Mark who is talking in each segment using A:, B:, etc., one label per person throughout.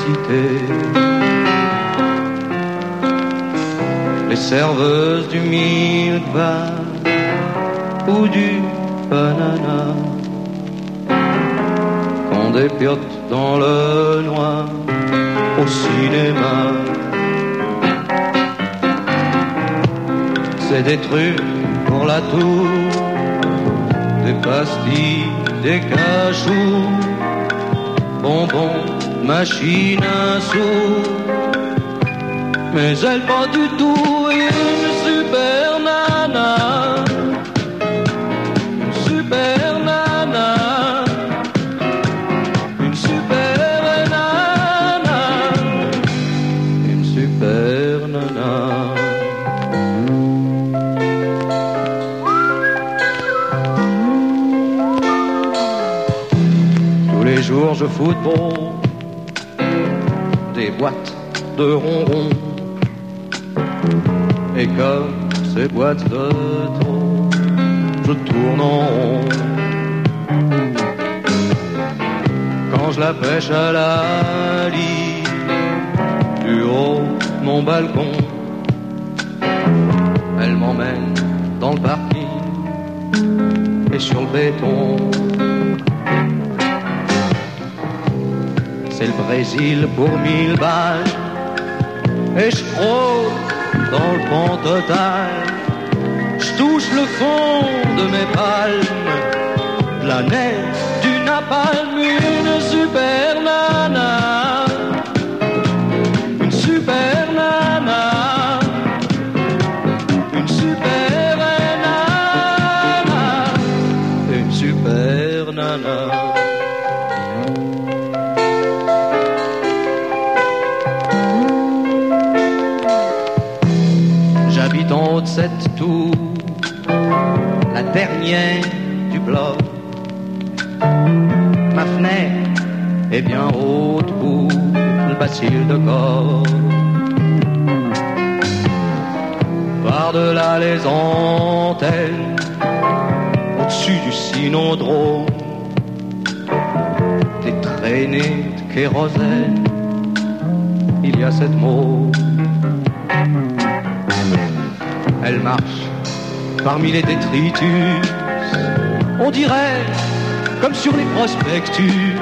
A: cité. Les serveuses du bar ou du banana qu'on dépiote dans le noir au cinéma. C'est des trucs pour la tour, des pastilles, des cachous, bonbons, machine à sous. Mais elle pas du tout et une super nana, une super nana, une super nana, une super nana. Tous les jours je football des boîtes de ronron. Et comme ces boîtes de trop, je tourne en rond. Quand je la pêche à la lit, du haut de mon balcon, elle m'emmène dans le parking et sur le béton. c'est le Brésil pour mille balles. Et je frôle dans le pont total. Je touche le fond de mes palmes, de la neige du napalm, une super nana. Une super nana. Une super nana. Une super nana. J'habite en haut de cette tour, la dernière du bloc. Ma fenêtre est bien haute pour le bacille de corps. Par-delà les antennes, au-dessus du synodrome, des traînées de kérosène, il y a cette mot. Elle marche parmi les détritus. On dirait comme sur les prospectus.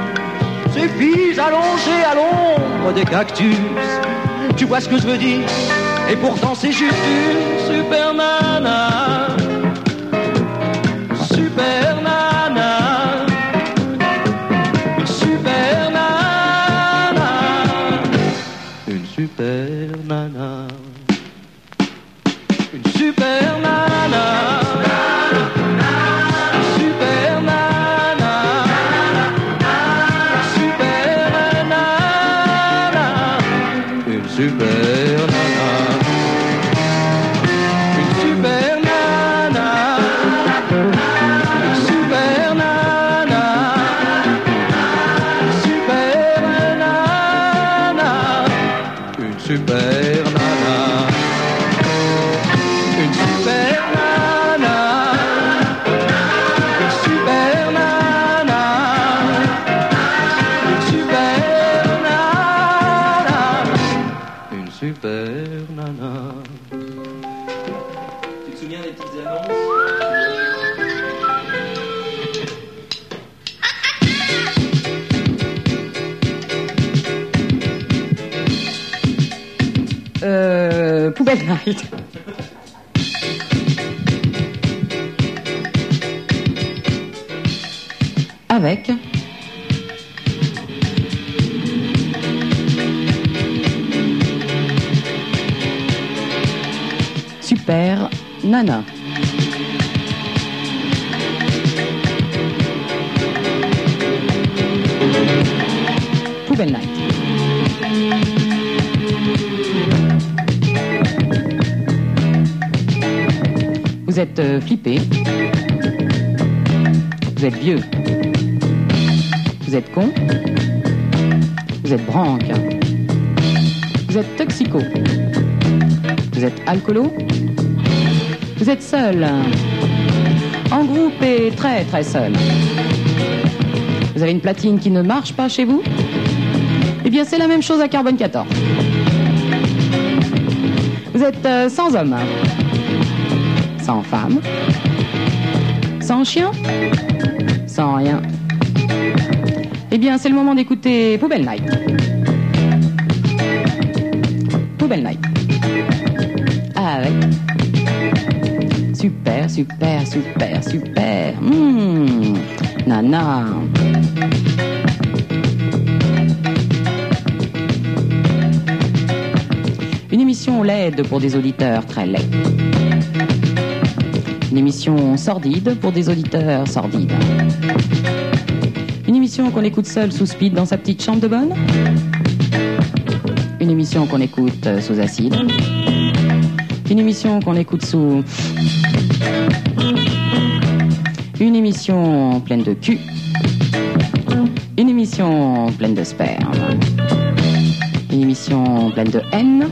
A: Ces filles allongées à l'ombre des cactus. Tu vois ce que je veux dire Et pourtant c'est juste une super nana. Super nana. Une super nana. Une super nana. Une super nana. Super nana. Super nana. Une super nana. Une super nana. Une super nana. Super nana. Une super nana. Une super nana, une super nana, une super nana, une super nana.
B: Tu te souviens des petites annonces
C: Euh, poubelle Night. Avec Super Nana. Poubelle Night. Vous êtes euh, flippé. Vous êtes vieux. Vous êtes con. Vous êtes branque. Vous êtes toxico. Vous êtes alcoolo. Vous êtes seul. En groupe et très très seul. Vous avez une platine qui ne marche pas chez vous. Eh bien, c'est la même chose à carbone 14. Vous êtes euh, sans homme, sans femme, sans chien, sans rien. Eh bien, c'est le moment d'écouter Poubelle Night. Poubelle Night. Avec. Super, super, super, super. Hmm. Nana. Une émission laide pour des auditeurs très laids. Une émission sordide pour des auditeurs sordides. Une émission qu'on écoute seul sous speed dans sa petite chambre de bonne. Une émission qu'on écoute euh, sous acide. Une émission qu'on écoute sous. Une émission pleine de cul. Une émission pleine de sperme. Une émission pleine de haine.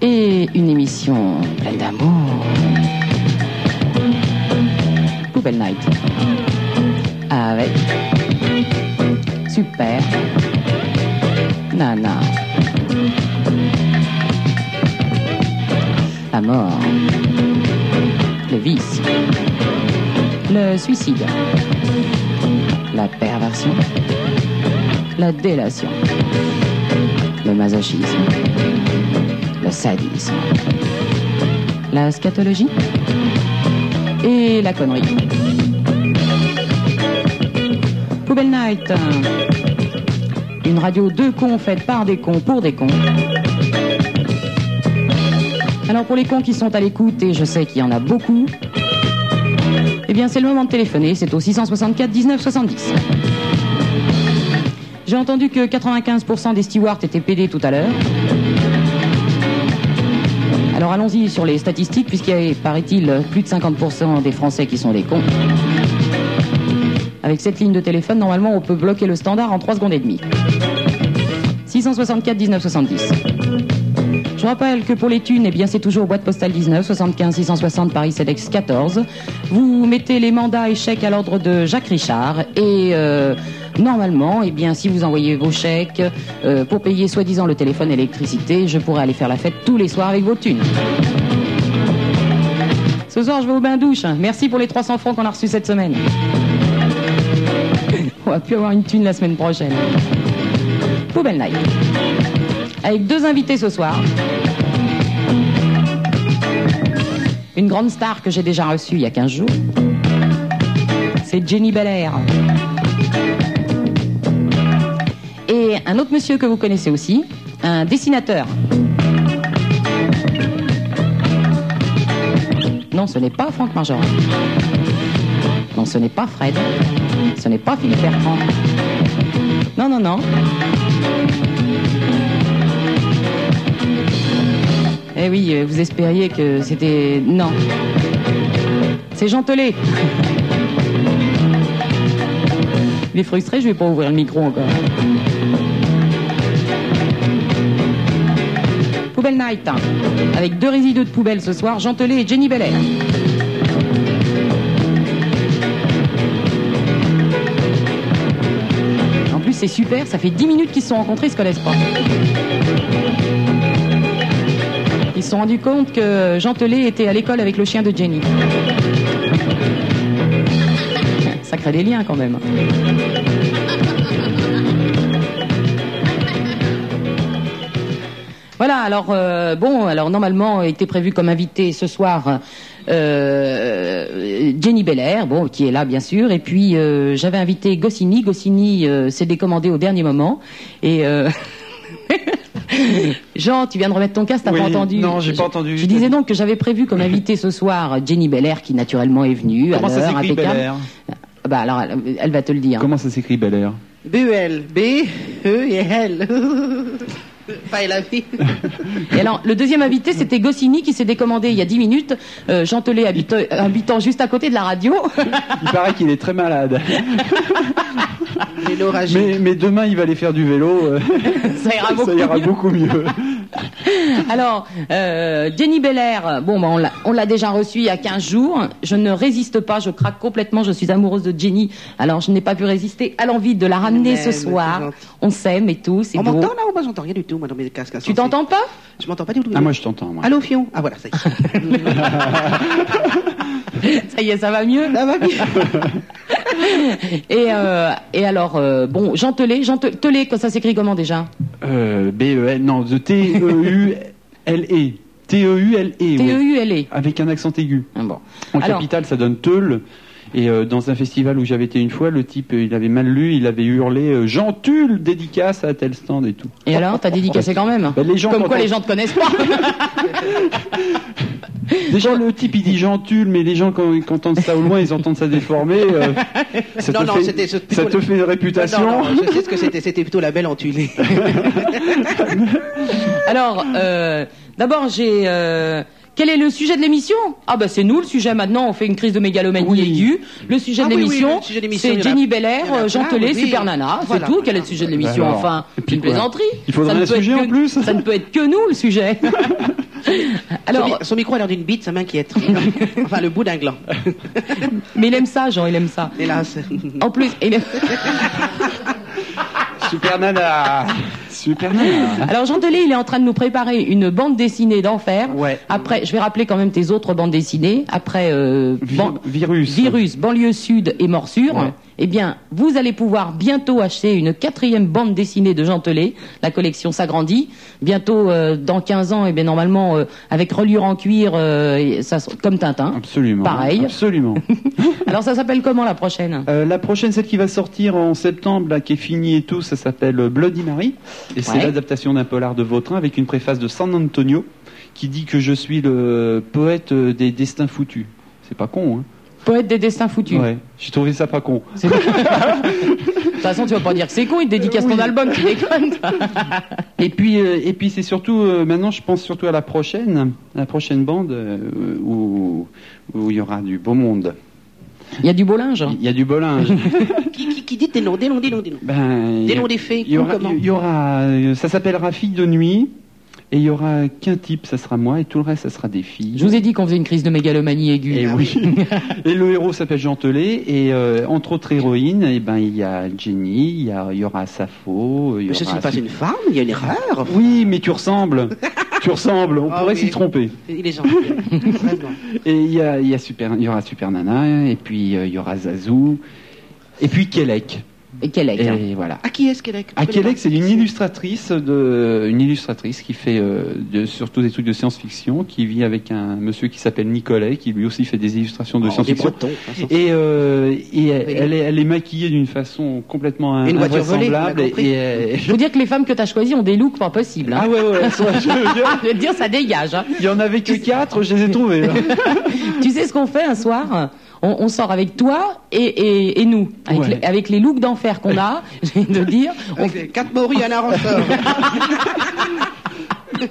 C: Et une émission pleine d'amour. Poubelle Night. Avec. Super. Nana. La mort. Le vice. Le suicide. La perversion. La délation. Le masochisme. Le sadisme. La scatologie. Et la connerie. Poubelle Night. Une radio de cons faite par des cons pour des cons. Alors pour les cons qui sont à l'écoute, et je sais qu'il y en a beaucoup, eh bien c'est le moment de téléphoner, c'est au 664 19 70. J'ai entendu que 95% des stewards étaient PD tout à l'heure. Alors allons-y sur les statistiques, puisqu'il y a, paraît-il, plus de 50% des Français qui sont des cons. Avec cette ligne de téléphone, normalement, on peut bloquer le standard en 3 secondes et demie. 664 1970. Je rappelle que pour les thunes, eh bien, c'est toujours boîte postale 19 75 660 Paris Cedex 14. Vous mettez les mandats et chèques à l'ordre de Jacques Richard et euh, normalement, eh bien, si vous envoyez vos chèques euh, pour payer soi-disant le téléphone et l'électricité, je pourrais aller faire la fête tous les soirs avec vos thunes. Ce soir, je vais au bain douche. Merci pour les 300 francs qu'on a reçus cette semaine. On va plus avoir une thune la semaine prochaine. Poubelle Night. Avec deux invités ce soir. Une grande star que j'ai déjà reçue il y a 15 jours. C'est Jenny Belair. Et un autre monsieur que vous connaissez aussi, un dessinateur. Non, ce n'est pas Franck Margerin. Non, ce n'est pas Fred. Ce n'est pas Philippe Bertrand. Non, non, non. Eh oui, euh, vous espériez que c'était... Non. C'est Jean Telet. Il est frustré, je vais pas ouvrir le micro encore. Poubelle Night, hein. avec deux résidus de poubelle ce soir, Jean Telet et Jenny Belair. En plus, c'est super, ça fait 10 minutes qu'ils se sont rencontrés, ils se connaissent pas. Ils se sont rendus compte que Jean Telet était à l'école avec le chien de Jenny. Ça crée des liens quand même. Voilà, alors euh, bon, alors normalement était prévu comme invité ce soir euh, Jenny Belair, bon, qui est là bien sûr, et puis euh, j'avais invité Goscinny. Goscinny euh, s'est décommandé au dernier moment et. euh, Jean, tu viens de remettre ton casque, t'as
D: Oui,
C: pas entendu
D: non, j'ai pas
C: Je-
D: entendu.
C: Je disais donc que j'avais prévu comme invité ce soir Jenny Belair, qui naturellement est venue
D: Comment
C: à
D: ça
C: l'heure,
D: s'écrit
C: impeccable.
D: Bel Air
C: Ah Bah alors, elle, elle va te le dire.
E: Comment ça s'écrit Bel Air
F: B-E-L. B-E-L. Pas la vie.
C: Et alors, le deuxième invité, c'était Goscinny qui s'est décommandé il y a 10 minutes. Euh, Jean Telet, habite- euh, habitant juste à côté de la radio.
E: Il paraît qu'il est très malade.
F: Vélo rageux.
E: Mais, mais demain, il va aller faire du vélo. euh,
C: ça ira beaucoup.
E: ça ira
C: mieux.
E: beaucoup mieux.
C: Alors, euh, Jenny Belair, bon, bah, on l'a- on l'a déjà reçue il y a 15 jours. Je ne résiste pas, je craque complètement, je suis amoureuse de Jenny. Alors, je n'ai pas pu résister à l'envie de la ramener
F: Mais,
C: ce
F: mais c'est
C: soir.
F: gentil.
C: On s'aime et tout, c'est
F: On
C: beau.
F: m'entend là ou moi j'entends rien du tout, moi dans mes casques.
C: Tu
F: insensés.
C: t'entends pas
F: Je m'entends pas du tout.
E: Ah, moi je t'entends. moi.
F: Allô Fion Ah voilà, ça y est.
C: Ça y est, ça va mieux
F: Ça va bien.
C: Et, euh, et alors, euh, bon, Jean Telet, Jean Te- Telet, que ça s'écrit comment déjà
E: Euh, B-E-L, non, E de T-E-U-L-E. E T-E-U-L-E. ouais.
C: T-E-U-L-E.
E: Avec un accent aigu.
C: Ah, Bon.
E: En
C: E Alors,
E: capitale, ça donne Teul. Et euh, dans un festival où j'avais été une fois, le type, euh, il avait mal lu, il avait hurlé euh, Jean Tulle, dédicace à tel stand et tout.
C: et alors, t'as dédicacé quand même
F: Ben,
E: Bah, les gens,
C: Comme
E: quand
C: quoi
E: on-
C: les gens te connaissent pas
E: Déjà, le type, il dit Jean Tulle, mais les gens, quand ils entendent ça au loin, ils entendent ça déformé. euh, ça
F: Non,
E: te
F: non,
E: fait-
F: c'était- c'était
E: ça
F: plutôt
E: te fait une réputation.
F: Non, non, je sais ce que c'était. C'était plutôt la belle entulée.
C: Alors, euh, d'abord, j'ai. euh, quel est le sujet de l'émission Ah, bah, c'est nous le sujet maintenant. On fait une crise de mégalomanie
E: Oui.
C: aiguë. Le sujet
F: Ah
C: de
F: oui, oui,
C: l'émission,
F: le sujet de l'émission,
C: c'est
F: il y en a-
C: Jenny
F: il y en a
C: Belair, Jean
F: plein,
C: Telet,
F: oui.
C: Super Nana. C'est
F: Voilà, Ben
C: tout. Quel est
F: voilà.
C: le sujet de l'émission
E: Alors,
C: Enfin,
E: et
C: c'est
E: puis
C: une
E: quoi
C: plaisanterie.
E: Il faudrait
C: Ça ne
E: un
C: peut être
E: sujet
C: que-
E: en plus.
C: Ça ne peut être que nous le sujet.
F: son,
C: Alors,
F: mi- son micro a l'air d'une bite, ça m'inquiète. enfin, le bout d'un gland.
C: mais il aime ça, Jean. Il aime ça.
F: Hélas.
C: En plus, il aime-
E: Super Nana Super Nana
C: Alors Jean Delay, il est en train de nous préparer une bande dessinée d'enfer.
E: Ouais.
C: Après, je vais rappeler quand même tes autres bandes dessinées. Après euh,
E: Vi-
C: ban-
E: virus.
C: virus, banlieue sud et morsure.
E: Ouais.
C: Eh bien, vous allez pouvoir bientôt acheter une quatrième bande dessinée de Jean Tellet. La collection s'agrandit. Bientôt, euh, dans 15 ans, et bien normalement, euh, avec reliure en cuir, euh, et ça, se- comme Tintin.
E: Absolument.
C: Pareil.
E: Absolument.
C: Alors ça s'appelle comment la prochaine
E: Euh, la prochaine, celle qui va sortir en septembre, là, qui est finie et tout, ça s'appelle euh, Bloody Mary. Et c'est
C: Ouais.
E: l'adaptation d'un polar de Vautrin avec une préface de San Antonio qui dit que je suis le poète euh, des destins foutus. C'est pas con, hein
C: Poète des destins foutus.
E: Ouais, j'ai trouvé ça pas con.
C: C'est- De toute façon, tu vas pas dire que c'est con, il te dédicace ton album, tu déconnes. toi.
E: Et puis, euh, et puis c'est surtout, euh, maintenant, je pense surtout à la prochaine, la prochaine bande euh, où, où il y aura du beau monde.
C: Il y a du beau linge. hein.
E: Il y a du beau linge.
F: qui, qui, qui dit des noms, des noms, des noms, des noms.
E: Ben, il y
F: Des
E: a-
F: noms des faits,
E: Il y aura,
F: comment
E: il y aura, euh, ça s'appellera Fille de nuit, et il y aura qu'un type, ça sera moi, et tout le reste, ça sera des filles.
C: Je vous ai dit qu'on faisait une crise de mégalomanie aiguë.
E: Et Eh oui. et le héros s'appelle Jean Telet, et euh, entre autres héroïnes, eh ben il y a Jenny, il y, a- il y aura Sappho, il y
F: Mais
E: aura.
F: je suis pas une femme, il y a une erreur.
E: Oui, mais tu ressembles. tu ressembles. On
F: Ah
E: pourrait
F: oui.
E: s'y tromper.
F: Il est gentil. Vraiment.
E: Et il y a, il y a super, il y aura Super Nana, et puis euh, il y aura Zazou, et puis Kelek.
C: Et quel hein. est
E: Et voilà.
F: À qui est-ce qu'elle est
E: À Québec, c'est une illustratrice de, une illustratrice qui fait euh, de- surtout des trucs de science-fiction, qui vit avec un monsieur qui s'appelle Nicolet, qui lui aussi fait des illustrations de
F: Oh, des
E: science-fiction.
F: Bretons. hein, sans-
E: Et, euh, et elle, elle est, elle est maquillée d'une façon complètement in-
F: Une voiture volée,
E: invraisemblable.
F: on l'a compris.
E: et, et-
C: Je veux dire que les femmes que t'as choisies ont des looks pas possibles. hein.
E: ah ouais, ouais, elles sont- je veux
F: Ah,
E: dire,
C: Je veux te dire, ça dégage. hein.
E: il y en avait que quatre, je les ai trouvés. hein. là.
C: Tu sais ce qu'on fait un soir on, on sort avec toi et, et- et nous. Avec,
E: Ouais.
C: les, avec les looks d'enfer qu'on a, je vais te dire. on-
F: Avec les Quatre morues, un arrangeur.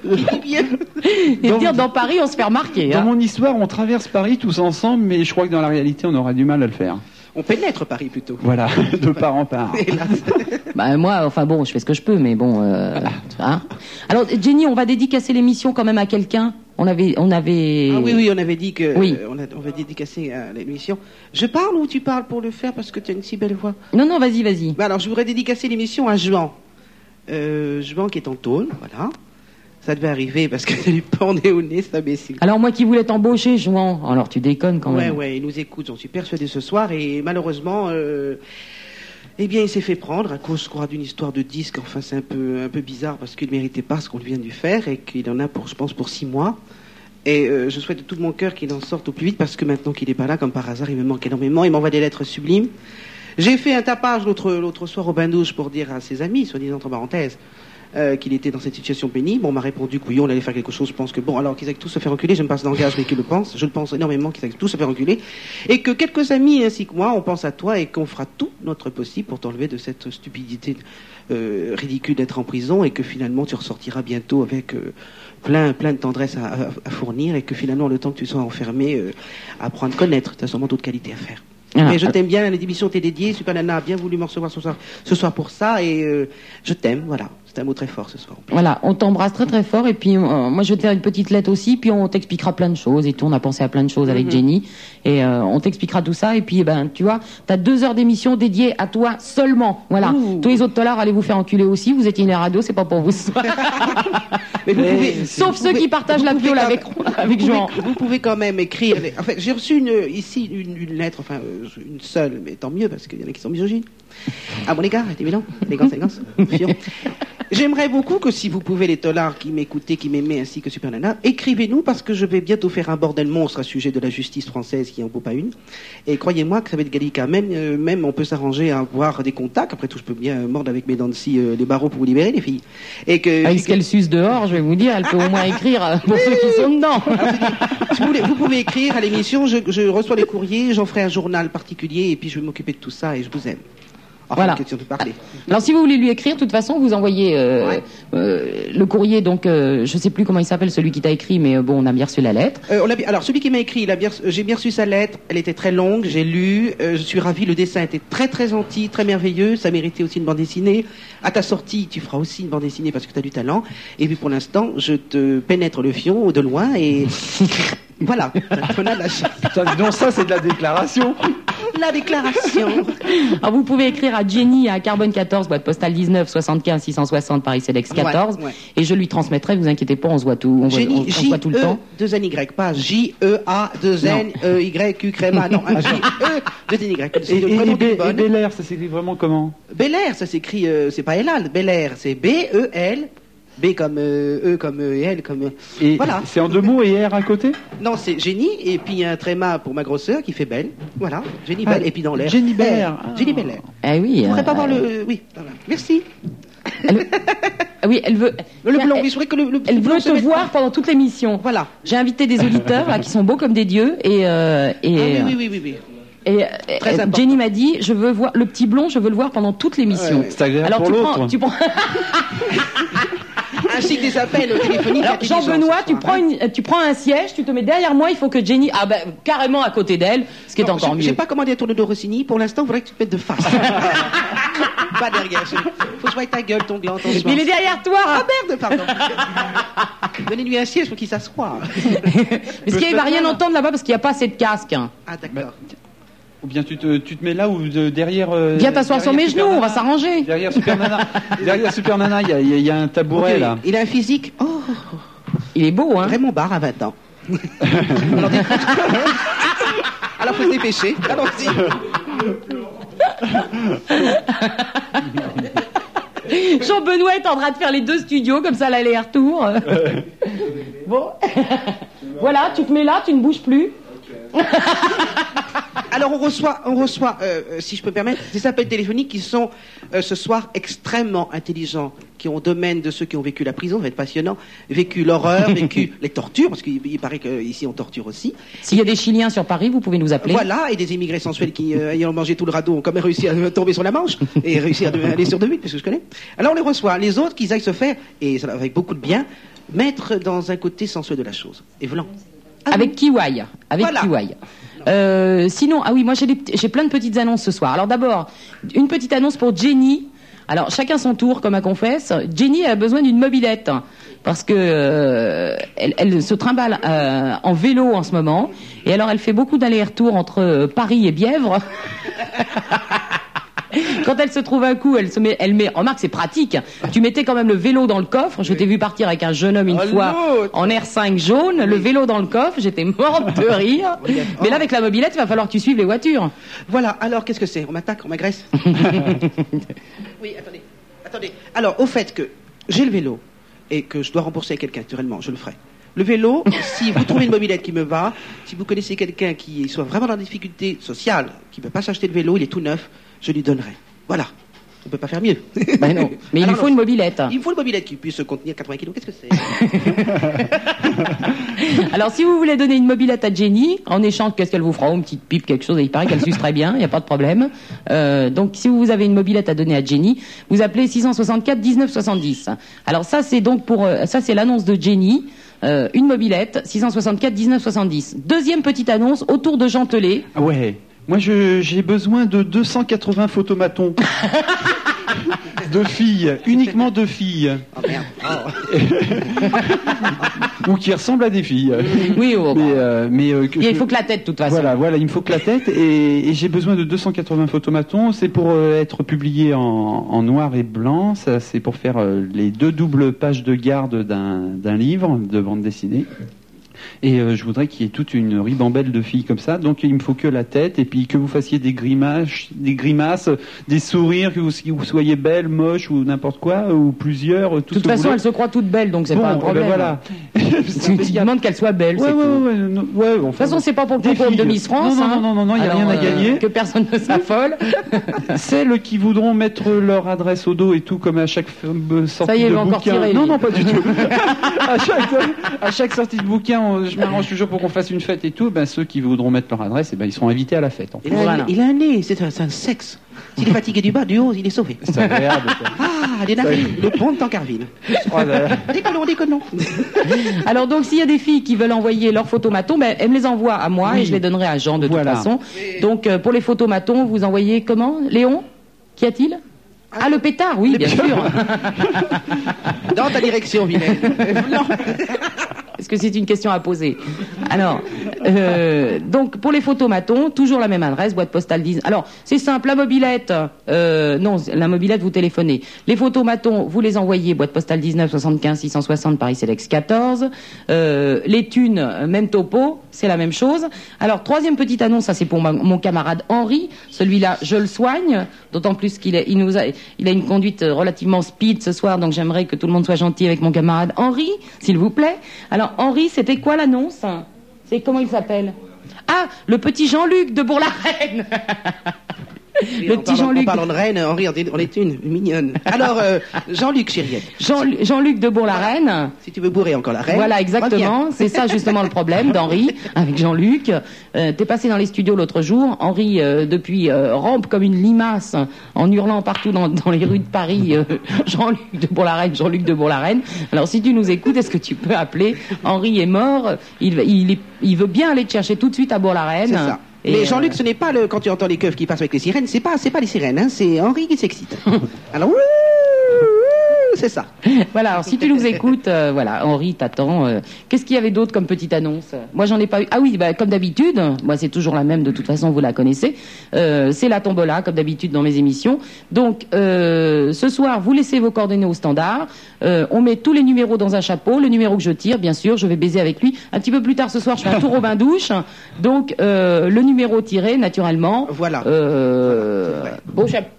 C: je vais te
E: Dans-
C: dire, dans Paris, on se fait remarquer.
E: Dans
C: hein.
E: mon histoire, on traverse Paris tous ensemble, mais je crois que dans la réalité, on aura du mal à le faire.
F: On pénètre Paris plutôt.
E: Voilà, de part en part.
C: Bah, moi, enfin bon, je fais ce que je peux, mais bon. euh, hein. Alors, Jenny, on va dédicacer l'émission quand même à quelqu'un. On avait, on avait.
F: Ah oui, oui, on avait dit que
C: Oui.
F: euh, on, a- on va dédicacer à l'émission. Je parle ou tu parles pour le faire parce que tu as une si belle voix
C: Non, non, vas-y, vas-y.
F: Bah, Alors, je voudrais dédicacer l'émission à Juan. Euh, Juan qui est en tôle, voilà. Ça devait arriver parce que ça lui pendait au nez, cet imbécile.
C: Alors, moi qui voulais t'embaucher, Jouan. Alors, tu déconnes quand
F: Ouais,
C: même.
F: ouais, il nous écoute, j'en suis persuadé ce soir, et malheureusement, euh, eh bien, il s'est fait prendre à cause, je crois, d'une histoire de disque. Enfin, c'est un peu, un peu bizarre parce qu'il ne méritait pas ce qu'on vient de lui faire et qu'il en a pour, je pense, pour six mois. Et euh, je souhaite de tout mon cœur qu'il en sorte au plus vite parce que maintenant qu'il n'est pas là, comme par hasard, il me manque énormément. Il m'envoie des lettres sublimes. J'ai fait un tapage l'autre, l'autre soir au bain douche pour dire à ses amis, soit disant entre parenthèses, euh, qu'il était dans cette situation pénible. On m'a répondu que oui, on allait faire quelque chose. Je pense que bon, alors qu'ils aillent tous se faire enculer, je me passe d'engage, mais qu'ils le pensent. Je le pense énormément qu'ils aillent tous se faire enculer. Et que quelques amis ainsi que moi, on pense à toi et qu'on fera tout notre possible pour t'enlever de cette stupidité euh, ridicule d'être en prison et que finalement tu ressortiras bientôt avec euh, plein, plein de tendresse à, à- à fournir et que finalement le temps que tu sois enfermé, euh, apprends à te connaître. Tu as sûrement d'autres qualités à faire.
C: Ah,
F: Mais je
C: ah.
F: t'aime bien, l'émission t'est dédiée. Super Nana a bien voulu me recevoir ce soir, ce soir pour ça et euh, je t'aime, voilà. C'est un mot très fort ce soir. en plus.
C: Voilà, on t'embrasse très très fort et puis euh, moi je vais te faire une petite lettre aussi, puis on t'expliquera plein de choses et tout. On a pensé à plein de choses
F: Mhm.
C: avec Jenny et euh, on t'expliquera tout ça. Et puis eh ben tu vois, t'as deux heures d'émission dédiées à toi seulement. Voilà,
F: Ouh.
C: tous les autres tollards allez vous faire enculer aussi. Vous étiez une radio, c'est pas pour vous. ce soir.
F: Mais vous
C: Mais
F: pouvez-
C: sauf
F: vous
C: ceux
F: pouvez-
C: qui partagent
F: vous
C: la
F: pouvez
C: piole
F: quand
C: avec-
F: même-
C: avec
F: vous pouvez-
C: Jean.
F: Vous pouvez quand même écrire. les- En fait, j'ai reçu une, ici une, une lettre, enfin euh, une seule, mais tant mieux parce qu'il y en a qui sont misogynes. À mon égard, évidemment. Élégance, élégance. sûr. J'aimerais beaucoup que si vous pouvez, les tolards qui m'écoutez, qui m'aimaient ainsi que Super Nana, écrivez-nous parce que je vais bientôt faire un bordel monstre à sujet de la justice française qui en vaut pas une. Et croyez-moi que ça va être gallica. Même, euh, même on peut s'arranger à avoir des contacts. Après tout, je peux bien euh, mordre avec mes dents de scie euh, les barreaux pour vous libérer, les filles. Et que,
C: Avec ce qu'elle suce dehors, je vais vous dire, elle peut au moins écrire euh, pour ceux qui sont dedans.
F: Si vous, voulez, vous pouvez écrire à l'émission, je, je reçois les courriers, j'en ferai un journal particulier et puis je vais m'occuper de tout ça et je vous aime. Enfin,
C: Voilà.
F: question de parler.
C: Alors si vous voulez lui écrire, de toute façon, vous envoyez euh,
F: Ouais.
C: euh, le courrier. Donc euh, je sais plus comment il s'appelle celui qui t'a écrit, mais euh, bon, on a bien reçu la lettre.
F: Euh, on l'a bien- alors, celui qui m'a écrit, il a bien reçu- j'ai bien reçu sa lettre, elle était très longue, j'ai lu, euh, je suis ravi, le dessin était très très gentil, très merveilleux, ça méritait aussi une bande dessinée. À ta sortie, tu feras aussi une bande dessinée parce que tu as du talent. Et puis pour l'instant, je te pénètre le fion de loin et... voilà, on a la,
E: Putain, dis donc, ça, c'est de la déclaration.
F: la déclaration.
C: Alors vous pouvez écrire à Jenny à Carbone 14, boîte postale 19 75 660 Paris Cedex 14
F: Ouais, ouais.
C: et je lui transmettrai, vous inquiétez pas, on se voit tout, on, voit- on-
F: Génie,
C: on se voit
F: E,
C: tout le temps.
F: J-E-2-N-Y, pas E, J-E-A-2-N-E-Y-Q, Créma, non,
C: Ah,
F: E, un J-E-2-N-Y.
E: Et,
F: C'est
E: et-
F: vraiment
E: et Bé-
F: une
E: et
F: bonne.
E: Bel Air, ça s'écrit vraiment comment
F: Bel Air, ça s'écrit, euh, c'est pas Elal, Bel Air, c'est B-E-L, B comme euh, E, comme E et L, comme... euh,
E: Et
F: Voilà.
E: c'est en deux mots et R à côté
F: Non, c'est Génie, et puis il y a un tréma pour ma grosseur qui fait Belle. Voilà, Génie
E: Ah,
F: Belle, et puis dans l'air.
E: Jenny Bel
F: Eh,
E: Air. Ah.
F: Jenny Bel Air.
C: Eh oui.
F: Je voudrais pas
C: euh,
F: voir le... Oui, voilà. merci.
C: ah oui, elle veut.
F: Le blanc, oui,
C: elle,
F: je voudrais que le, le petit
C: elle
F: blanc
C: veut
F: se
C: te
F: mette-
C: voir pendant toute l'émission.
F: Voilà.
C: J'ai invité des auditeurs là qui sont beaux comme des dieux et euh,
F: Ah
C: et
F: oui, oui, oui, oui, oui.
C: Et,
F: Très
C: euh,
F: important.
C: Jenny m'a dit, je veux voir le petit blond, je veux le voir pendant toute l'émission.
E: Ouais, ouais. C'est agréable
C: Alors
E: pour
C: tu
E: l'autre.
C: prends, tu prends
F: Ainsi que des appels téléphoniques.
C: Alors,
F: intelligents
C: Jean-Benoît,
F: ce
C: tu
F: soir,
C: prends
F: hein.
C: une, euh, tu prends un siège, tu te mets derrière moi, il faut que Jenny, ah ben carrément à côté d'elle, ce qui est
F: Non,
C: encore
F: j'ai- J'ai
C: mieux.
F: pas commandé un tourne de Rossini. Pour l'instant, il faudrait que tu te mettes de face. pas derrière. chérie. Faut que je voie ta gueule, ton gland, ton
C: Mais il est
F: schwanz.
C: derrière toi.
F: Ah merde, pardon. Donnez-lui un siège pour qu'il s'assoie.
C: Mais ce qu'il va rien entendre là-bas parce qu'il n'y a pas assez de casque. hein.
F: Ah d'accord.
E: Ou bien tu te, tu te mets là ou de- derrière. euh,
C: Viens t'asseoir sur
E: derrière
C: mes
E: Super
C: genoux, on
E: Nana.
C: va s'arranger.
E: Derrière Super Nana, derrière Super Nana, il y a- il y, a- il y a un tabouret
F: Ok,
E: là.
F: Il a un physique. Oh,
C: Il est beau, hein.
F: Raymond Barre à 20 ans. Alors, des- Alors faut se dépêcher. Allons-y.
C: Jean-Benoît est en train de faire les deux studios comme ça l'aller-retour. bon, voilà, tu te mets là, tu ne bouges plus.
F: Alors on reçoit, on reçoit, euh, euh, si je peux me permettre, des appels téléphoniques qui sont euh, ce soir extrêmement intelligents, qui ont domaine de ceux qui ont vécu la prison, ça va être passionnant, vécu l'horreur, vécu les tortures, parce qu'il il paraît qu'ici on torture aussi.
C: S'il y a des Chiliens sur Paris, vous pouvez nous appeler.
F: Voilà, et des immigrés sensuels qui, euh, ayant mangé tout le radeau, ont quand même réussi à euh, tomber sur la manche et réussir à de- à aller sur deux mille, parce que je connais. Alors on les reçoit, les autres qu'ils aillent se faire, et ça, avec beaucoup de bien, mettre dans un côté sensuel de la chose. Et blanc.
C: avec Kiwai. Avec
F: Ah Voilà.
C: Kiwai. Euh, sinon, ah oui, moi j'ai des petits- j'ai plein de petites annonces ce soir. Alors d'abord, une petite annonce pour Jenny. Alors chacun son tour, comme à confesse. Jenny a besoin d'une mobilette parce que euh, elle, elle se trimballe euh, en vélo en ce moment. Et alors elle fait beaucoup d'allers-retours entre euh, Paris et Bièvre. Quand elle se trouve un coup, elle se met, elle met, remarque, c'est pratique. Tu mettais quand même le vélo dans le coffre. Je t'ai vu partir avec un jeune homme une
F: Oh,
C: fois
F: l'autre.
C: en R5 jaune, le vélo dans le coffre. J'étais morte de rire. Mais là, avec la mobilette, il va falloir que tu suives les voitures.
F: Voilà, alors qu'est-ce que c'est On m'attaque, on m'agresse Oui, attendez. Attendez. Alors, au fait que j'ai le vélo et que je dois rembourser à quelqu'un, naturellement, je le ferai. Le vélo, si vous trouvez une mobilette qui me va, si vous connaissez quelqu'un qui soit vraiment dans des difficultés sociales, qui ne peut pas s'acheter le vélo, il est tout neuf, je lui donnerai. Voilà. On ne peut pas faire mieux.
C: Ben non. Mais il
F: Alors
C: lui faut
F: non.
C: une mobilette.
F: Il me faut une mobilette qui puisse contenir 80 kilos. Qu'est-ce que c'est
C: Alors, si vous voulez donner une mobilette à Jenny, en échange, qu'est-ce qu'elle vous fera Oh, Une petite pipe, quelque chose. Il paraît qu'elle suce très bien, il n'y a pas de problème. Euh, donc, si vous avez une mobilette à donner à Jenny, vous appelez 664 1970. Alors, ça, c'est donc pour, euh, ça, c'est l'annonce de Jenny. Euh, une mobilette, 664 1970. Deuxième petite annonce autour de Gentelet.
E: Ah ouais. Moi, je- j'ai besoin de 280 photomatons. Deux filles, uniquement deux filles,
F: Oh merde.
C: Ah,
F: Oh.
E: ou qui ressemblent à des filles.
C: Oui, oh, bah.
E: Mais, euh, mais, euh, que
C: il
E: je-
C: faut que la hein. tête, de toute façon.
E: Voilà, voilà, il me faut que la tête et, et j'ai besoin de 280 photomatons. C'est pour euh, être publié en, en noir et blanc. Ça, c'est pour faire euh, les deux doubles pages de garde d'un d'un livre de bande dessinée. Et euh, je voudrais qu'il y ait toute une ribambelle de filles comme ça. Donc il me faut que la tête et puis que vous fassiez des grimaces, des grimaces, des sourires, que vous, si vous soyez belle, moche ou n'importe quoi ou plusieurs.
C: De toute façon, elles se croient toutes belles, donc c'est pas un problème.
E: eh ben
C: hein.
E: voilà.
C: Tu tu demandes qu'elles soient belles,
E: Ouais,
C: c'est
E: ouais,
C: tout.
E: ouais, non, ouais,
C: De
E: enfin,
C: toute façon, c'est pas pour le
E: Des
C: concours de
E: filles.
C: Miss France.
E: Non, non,
C: hein.
E: non, non, non, non, il y a
C: Alors,
E: rien à
C: euh,
E: gagner.
C: que personne ne s'affole.
E: Celles qui voudront mettre leur adresse au dos et tout, comme à chaque euh, sortie
C: Ça y est,
E: de
C: il va encore
E: bouquin.
C: tirer, lui.
E: non, non, pas du tout. à, chaque, à chaque sortie de bouquin, on- je m'arrange toujours pour qu'on fasse une fête et tout. Ben, ceux qui voudront mettre leur adresse, eh ben, ils seront invités à la fête. En fait.
F: Il, a,
C: Voilà.
F: il a un nez, c'est un, c'est un sexe. S'il est fatigué du bas, du haut, il est sauvé.
E: Ça a l'air de faire-
F: Ah, des narines, le pont de Tancarville.
E: Oh là là.
F: Déconnons, déconnons.
C: Alors donc, s'il y a des filles qui veulent envoyer leurs photomatons, ben, elles me les envoient à moi
E: Oui.
C: et je les donnerai à Jean de
E: Voilà.
C: toute façon. Donc euh, pour les photomatons, vous envoyez comment Léon Qu'y a-t-il ah, le pétard, oui, bien sûr.
F: Dans ta direction, Vilaine.
C: Parce que c'est une question à poser. Alors, euh, donc pour les photomatons, toujours la même adresse, boîte postale 10. Alors, c'est simple, la mobilette, euh, non, la mobilette, vous téléphonez. Les photomatons, vous les envoyez, boîte postale 19 75 660 Paris Selex 14. Euh, les thunes, euh, même topo, c'est la même chose. Alors, troisième petite annonce, ça c'est pour ma- mon camarade Henri, celui-là, je le soigne, d'autant plus qu'il est- il nous a, il a une conduite euh, relativement speed ce soir, donc j'aimerais que tout le monde soit gentil avec mon camarade Henri, s'il vous plaît. Alors, Henri, c'était quoi l'annonce C'est comment il s'appelle Ah, le petit Jean-Luc de Bourg-la-Reine Le
F: En
C: petit
F: parlant- En
C: Jean-Luc.
F: parlant de reine, Henri, on est- on est une mignonne. Alors, euh, Jean-Luc Chiriette,
C: Jean- Jean-Luc de Bourg-la-Reine.
F: si tu veux bourrer encore la reine.
C: Voilà, exactement.
F: reviens.
C: C'est ça justement le problème d'Henri avec Jean-Luc. Euh, T'es passé dans les studios l'autre jour. Henri, euh, depuis, euh, rampe comme une limace en hurlant partout dans, dans les rues de Paris. euh, Jean-Luc de Bourg-la-Reine, Jean-Luc de Bourg-la-Reine. Alors si tu nous écoutes, est-ce que tu peux appeler Henri est mort. Il, va- il, est- il veut bien aller te chercher tout de suite à
F: C'est
C: Bourg-la-Reine.
F: ça.
C: Et,
F: Mais
C: euh,
F: Jean-Luc, ce n'est pas le quand tu entends les keufs qui passent avec les sirènes, c'est pas c'est pas les sirènes, hein, c'est Henri qui s'excite. Alors ouh, ouh, c'est ça.
C: voilà, alors si tu nous écoutes, euh, voilà, Henri t'attend. euh. Qu'est-ce qu'il y avait d'autre comme petite annonce Moi, j'en ai pas eu. Ah oui, bah, comme d'habitude, moi, c'est toujours la même, de toute façon, vous la connaissez. Euh, c'est la tombola, comme d'habitude dans mes émissions. Donc, euh, ce soir, vous laissez vos coordonnées au standard. Euh, on met tous les numéros dans un chapeau. Le numéro que je tire, bien sûr, je vais baiser avec lui. Un petit peu plus tard ce soir, je fais un tour au bain-douche. Donc, euh, le numéro tiré, naturellement.
F: Voilà.
C: Euh,
F: Voilà,
C: au chapeau.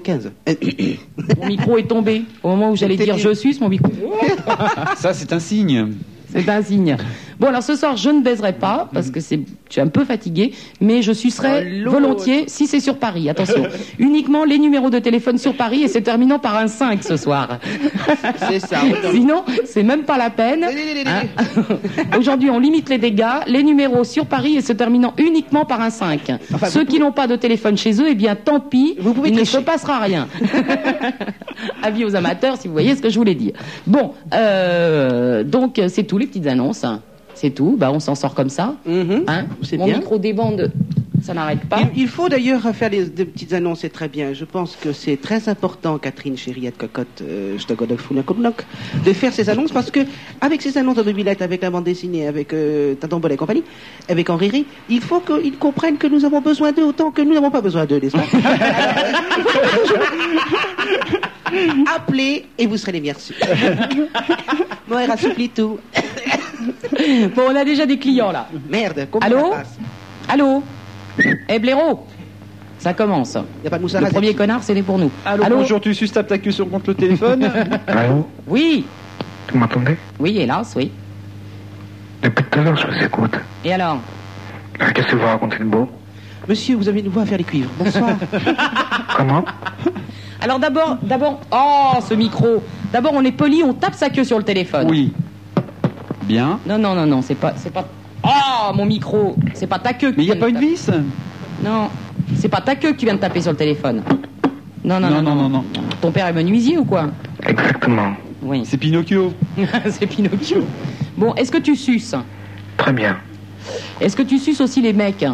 F: 15.
C: Mon micro est tombé. Au moment où j'allais dire je suce, mon micro.
E: ça c'est un signe.
C: C'est un signe. Bon, alors ce soir, je ne baiserai pas parce que c'est, je suis un peu fatiguée, mais je sucerai volontiers si c'est sur Paris. Attention. Uniquement les numéros de téléphone sur Paris et c'est terminant par un 5 ce soir.
F: c'est ça.
C: Sinon, c'est même pas la peine. Hein Aujourd'hui, on limite les dégâts. Les numéros sur Paris et se terminant uniquement par un 5.
F: Enfin, vous
C: Ceux qui n'ont pas de téléphone chez eux, eh bien, tant pis.
F: Vous pouvez
C: il ne se
F: tricher.
C: passera rien. Avis aux amateurs, si vous voyez ce que je voulais dire. Bon, euh, donc euh, c'est tout les petites annonces. C'est tout. Bah, on s'en sort comme ça.
F: Mhm.
C: Hein
F: C'est
C: Mon
F: bien.
C: micro débande, ça n'arrête pas.
F: Il, il faut d'ailleurs faire des, des petites annonces, c'est très bien. Je pense que c'est très important, Catherine Chériette Cocotte, euh, Stogodok Founakodnok, de faire ces annonces parce que, avec ces annonces de mobilette, avec la bande dessinée, avec euh, Tintambol et compagnie, avec Henri Ri, il faut qu'ils comprennent que nous avons besoin d'eux autant que nous n'avons pas besoin d'eux, n'est-ce pas Il faut pas toujours- Appelez et vous serez les merci. Moira supplie tout.
C: Bon, on a déjà des clients là.
F: Merde, combien
C: Allô
F: ça passe
C: Allô Eh, Blaireau Ça commence.
F: Il n'y a pas de moussara.
C: Le premier connard, c'est né pour nous.
E: Alors bonjour, tu suces tapes ta queue sur contre le téléphone.
D: Allô
C: Oui,
D: Vous m'entendez
C: oui, hélas, oui.
D: Depuis tout à l'heure, je vous écoute.
C: Et alors
D: Ah, Qu'est-ce que vous racontez de beau
F: Monsieur, vous avez une voix à faire les cuivres. Bonsoir.
D: Comment
C: Alors d'abord, d'abord, oh ce micro. D'abord on est poli, on tape sa queue sur le téléphone.
E: Ah, oui. Bien.
C: Non non non non, c'est pas, c'est pas. Oh mon micro, c'est pas ta queue. que
E: Mais il n'y a
C: tu
E: pas une
C: viens de
E: vis
C: taper. Non, c'est pas ta queue qui vient de taper sur le téléphone. Non non non
E: non, non, non.
C: Ton père est menuisier ou quoi
D: Exactement.
C: Oui.
E: C'est Pinocchio.
C: c'est Pinocchio. Bon, est-ce que tu suces
D: Très bien.
C: Est-ce que tu suces aussi les mecs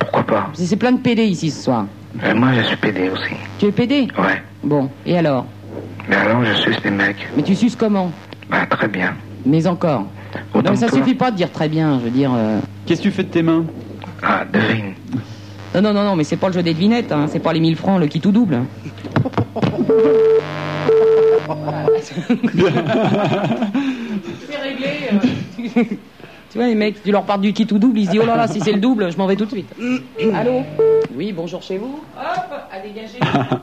D: Pourquoi pas
C: C'est c'est plein de PD ici ce soir.
D: Euh, moi, je suis PD aussi.
C: Tu es PD
D: Ouais.
C: Bon, et alors
D: Mais alors, je suce des mecs.
C: Mais tu suces comment
D: Bah, très bien.
C: Mais encore.
D: Autant
C: Non, mais ça
D: que toi.
C: suffit pas de dire très bien, je veux dire. euh,
E: Qu'est-ce que tu fais de tes mains
D: Ah, devine.
C: Non, non, non, non, mais c'est pas le jeu des devinettes, hein, c'est pas les 1000 francs, le qui tout double. c'est réglé. tu vois, les mecs, tu leur parles du qui tout double, ils se disent oh là là, si c'est le double, je m'en vais tout de suite. Allô Oui, bonjour chez vous. Hop, à dégager.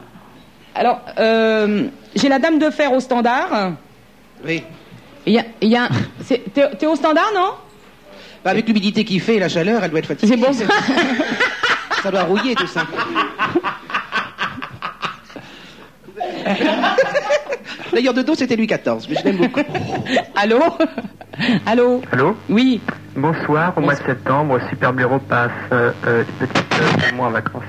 C: Alors, euh, j'ai la dame de fer au standard.
F: Oui.
C: Il y a, il y a un- c'est- T'es t'es au standard, non
F: Bah, avec l'humidité qu'il fait et la chaleur, elle doit être fatiguée.
C: C'est bon ça
F: Ça doit rouiller tout ça. D'ailleurs, de dos, c'était Louis XIV, mais je l'aime beaucoup.
C: Allô Allô
G: Allô
C: Oui,
G: Bonsoir, au mois de septembre, Super Blaireau passe euh, euh, une petite euh, chez moi en vacances.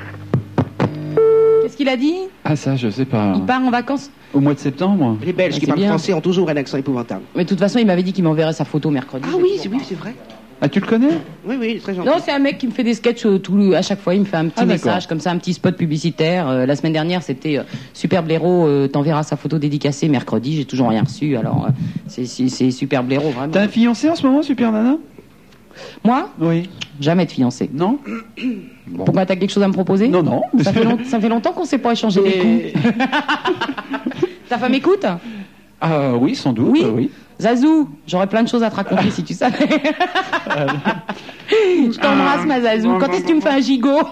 C: qu'est-ce qu'il a dit
E: Ah ça, je sais pas.
C: Il part en vacances
E: Au mois de septembre
F: Les Belges
C: Ah, c'est
F: qui parlent
C: bien.
F: français ont toujours un accent épouvantable.
C: Mais de toute façon, il m'avait dit qu'il m'enverrait sa photo mercredi.
F: Ah
C: J'ai
F: oui,
C: toujours
F: c'est
C: pas.
F: oui, c'est vrai.
E: Ah, tu le connais
F: Oui, oui, il est très gentil.
C: Non, c'est un mec qui me fait des sketchs euh, tout, à chaque fois. Il me fait un petit
E: Ah, d'accord.
C: message comme ça, un petit spot publicitaire. Euh, la semaine dernière, c'était euh, Super Blaireau, euh, t'enverras sa photo dédicacée mercredi. J'ai toujours rien reçu. Alors, euh, c'est- c'est c'est Super Blaireau, vraiment.
E: T'as un fiancé en ce moment, Super Nana
C: Moi
E: Oui.
C: Jamais de fiancé.
E: Non
C: Pourquoi t'as quelque chose à me proposer
E: Non, non.
C: Ça fait, long- ça fait longtemps qu'on s'est pas échangé les coups. Ta femme écoute
E: Ah oui, sans doute.
C: Oui.
E: euh, oui.
C: Zazou, j'aurais plein de choses à te raconter si tu savais. Je t'embrasse, ma Zazou. Quand est-ce que tu me fais un gigot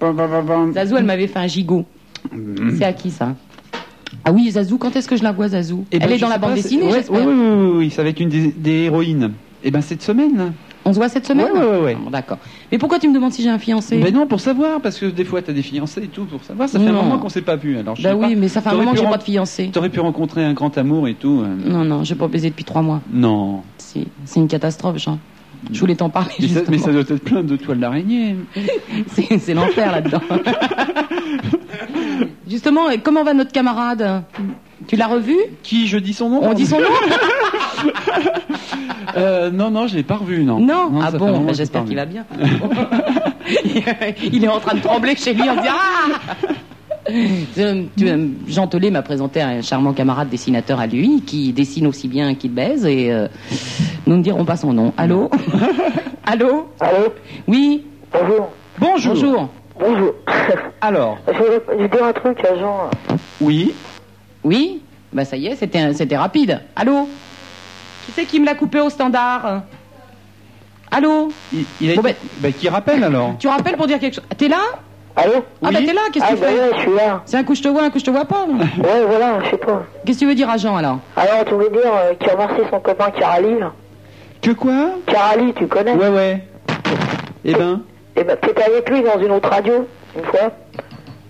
E: Bam, bam, bam, bam.
C: Zazou, elle m'avait fait un gigot.
E: Mm.
C: C'est à qui ça Ah oui, Zazou, quand est-ce que je la vois, Zazou
E: Eh ben,
C: Elle est
E: je
C: dans
E: sais
C: la bande
E: pas, c'est-
C: dessinée,
E: ouais,
C: j'espère.
E: Oui, oui, oui, oui, oui, ça va être une des, des héroïnes. Eh ben cette semaine, là.
C: On se voit cette semaine Ah
E: Ouais, ouais, ouais, ouais.
C: Bon, D'accord. Mais pourquoi tu me demandes si j'ai un fiancé
E: Ben non, pour savoir, parce que des fois t'as des fiancés et tout, pour savoir. Ça fait
C: Non.
E: un moment qu'on s'est pas vu. Alors, je
C: Bah
E: sais
C: oui,
E: pas.
C: mais ça fait un
E: T'aurais
C: moment
E: pu
C: que j'ai
E: ren-
C: pas Mm. de fiancé.
E: T'aurais pu rencontrer un grand amour et tout. euh,
C: Non, non, j'ai pas baisé depuis trois mois.
E: Non.
C: C'est c'est une catastrophe, Jean. Je voulais t'en parler,
E: Mais ça, mais
C: justement.
E: ça doit être plein de toiles d'araignée.
C: C'est c'est l'enfer là-dedans. Justement, et comment va notre camarade Tu l'as revu
E: Qui, je dis son nom
C: On dit son nom
E: Euh, Non, non, je l'ai pas revu, non.
C: Non, Ah
E: ça fait un
C: bon,
E: moment
C: bah,
E: que j'ai
C: j'espère
E: pas
C: qu'il
E: revu.
C: va bien. Il est en train de trembler chez lui en disant Ah Euh, tu- euh, Jean Telet m'a présenté un charmant camarade dessinateur à lui qui dessine aussi bien qu'il baise et euh, nous ne dirons pas son nom. Allô Allô
H: Allô
C: Oui
H: Bonjour.
E: Bonjour.
C: Bonjour.
H: Bonjour.
E: Alors,
H: Je vais, je vais dire un truc à Jean.
E: oui.
C: Oui Bah ça y est, c'était un- c'était rapide. Allô Qui c'est qui me l'a coupé au standard Allô
E: Il, il a
C: Bon,
E: été- bah, qui rappelle alors
C: Tu rappelles pour dire quelque chose T'es là
H: Allô
C: Ah bah t'es là, qu'est-ce que
H: Ah
C: tu
H: bah
C: fais
H: ouais, je suis là.
C: C'est un coup je te vois, un coup je te vois pas.
H: Ouais, voilà, je sais pas.
C: Qu'est-ce que tu veux dire à Jean alors
H: Alors, tu voulais dire euh, qu'il a remercié son copain Carali, là.
E: Que quoi
H: Carali, tu connais
E: Ouais, ouais. Eh ben,
H: Eh ben, t'étais avec lui dans une autre radio, une fois.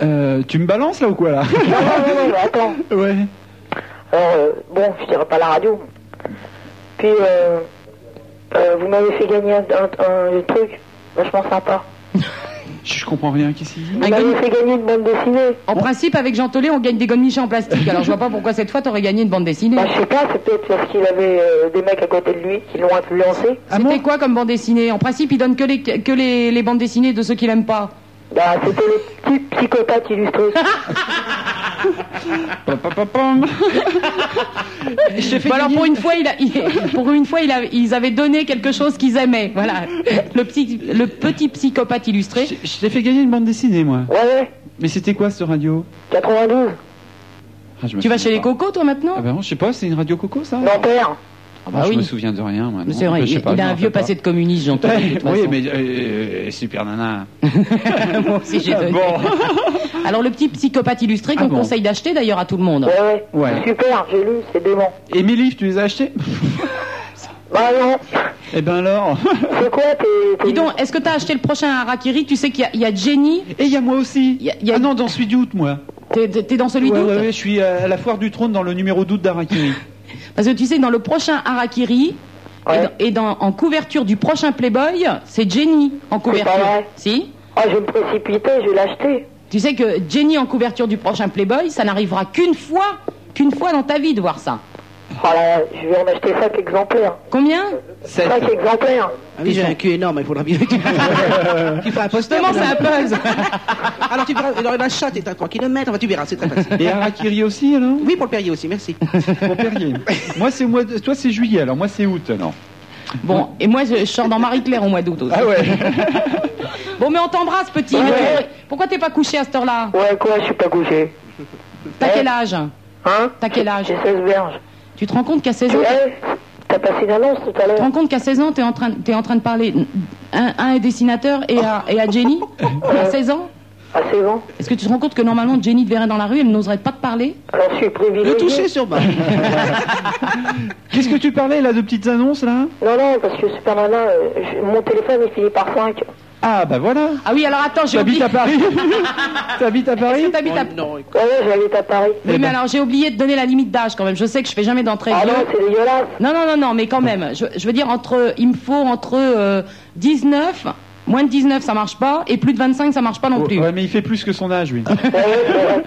E: euh, tu me balances là ou quoi là
H: Non, non, non, non, mais attends.
E: Ouais.
H: Alors, euh, bon, je dirais pas la radio. Puis, euh, euh, vous m'avez fait gagner un, un- un truc vachement sympa.
E: Je comprends rien, qu'est-ce qu'il dit
H: Vous
C: Un
H: m'avez
C: gagn-
H: fait gagner une bande dessinée.
C: En principe, avec Jean Tollet, on gagne des gommiches en plastique. Alors je vois pas pourquoi cette fois t'aurais gagné une bande dessinée.
H: Bah, je sais pas, c'est peut-être parce qu'il avait euh, des mecs à côté de lui qui l'ont influencé.
C: C'était quoi comme bande dessinée En principe, il donne que les, que les, les bandes dessinées de ceux qu'il aime pas.
H: Bah, c'était le petit psychopathe illustré.
E: Pam, pam, pam, pam. Je t'ai fait
C: Bon, Bah, alors
E: gagner-
C: pour une fois, il a, il- pour une fois, il a- ils avaient donné quelque chose qu'ils aimaient. Voilà, le petit, le petit psychopathe illustré.
E: Je- je t'ai fait gagner une bande dessinée, moi.
H: Ouais, ouais,
E: Mais c'était quoi cette radio
H: 92,
E: Ah, je me
C: Tu vas
E: souviens
C: chez les
E: pas.
C: cocos, toi maintenant
E: Ah bah non, je sais pas, c'est une radio coco ça
H: Nanterre.
E: Ah
C: bah
E: je
C: oui.
E: me souviens de rien, moi.
C: Mais
E: non.
C: C'est vrai,
E: Je sais
C: il,
E: pas,
C: il
E: je
C: a
E: me
C: un vieux
E: rappelle pas.
C: passé de communiste, Jean Tollet. de toute
E: oui,
C: façon.
E: mais euh, euh, super nana.
C: Moi aussi, j'ai donné.
E: Bon.
C: Alors le petit psychopathe illustré qu'on
E: Ah bon Oh,
C: conseille d'acheter d'ailleurs à tout le monde.
H: Ouais, ouais.
E: Ouais.
H: Super, j'ai lu, c'est dément.
E: Et mes livres, tu les as achetés
H: Bah non,
E: Eh ben alors.
H: c'est quoi tes... tes-
C: Dis donc, est-ce que t'as acheté le prochain Harakiri Tu sais qu'il y a- il y, a Jenny.
E: Et il y a moi aussi.
C: Y a- y a-
E: Ah non, dans celui d'août, moi.
C: T'es- T'es t'es dans celui
E: ouais,
C: d'août
E: ouais, ouais, je suis à la foire du trône dans le numéro d'août d'Arakiri.
C: Parce que tu sais, dans le prochain Harakiri, et,
H: Ouais.
C: dans, et dans- en couverture du prochain Playboy, c'est Jenny en couverture.
H: pas vrai.
C: Si
H: Ah, je vais me précipiter, je vais l'acheter.
C: Tu sais que Jenny en couverture du prochain Playboy, ça n'arrivera qu'une fois, qu'une fois dans ta vie de voir ça.
H: Oh là, je vais en acheter 5 exemplaires.
C: Combien
H: 5 exemplaires.
F: Ah oui, j'ai un cul énorme, il faudra bien que tu, tu fasses un poster.
C: Justement, c'est un puzzle.
F: Alors tu verras, dans la chatte est à 3 km, enfin, tu verras, c'est très facile.
E: Et Harakiri aussi, alors
F: Oui, pour le Perrier aussi, merci.
E: Pour Perrier. moi, c'est mois de- toi, c'est juillet, alors moi, c'est août, alors.
C: Bon, et moi, je, je sors dans Marie-Claire au mois d'août aussi.
E: Ah ouais
C: Bon, mais on t'embrasse, petit.
H: Ouais,
C: mais
H: ouais.
C: t'es- Pourquoi t'es pas couché à cette heure-là
H: Ouais, quoi, je suis pas couché.
C: T'as
H: Ouais.
C: quel âge
H: Hein
C: T'as quel âge
H: J'ai 16 berges.
C: Tu te rends compte qu'à 16
H: Tu
C: ans, tu
H: T'as passé une annonce tout à
C: te
H: l'heure
C: rends compte qu'à 16 ans, t'es en train, t'es en train de parler un, un est dessinateur et à, et à Jenny À 16 ans
H: À 16 ans
C: Est-ce que tu te rends compte que normalement Jenny te verrait dans la rue, elle n'oserait pas te parler
H: Alors je suis privilégié.
F: Le toucher sur bas.
E: Qu'est-ce que tu parlais, là, de petites annonces, là
H: Non, non, parce que Super Nana, euh, je- mon téléphone il finit par 5.
E: Ah, bah voilà
C: Ah oui, alors attends, j'ai oublié.
E: T'habites à Paris T'habites à Paris
C: T'habites à-
F: Oh Non,
H: Ouais, ouais, j'habite à Paris.
C: Oui, mais alors j'ai oublié de donner la limite d'âge quand même. Je sais que je fais jamais d'entrée.
H: Ah non, c'est dégueulasse.
C: Non, non, non, non, mais quand même, je, je veux dire, entre, il me faut entre euh, 19, moins de 19, ça marche pas, et plus de 25, ça marche pas non
E: Oh,
C: plus.
E: Ouais, mais il fait plus que son âge, lui.
H: Ouais, ouais, c'est vrai.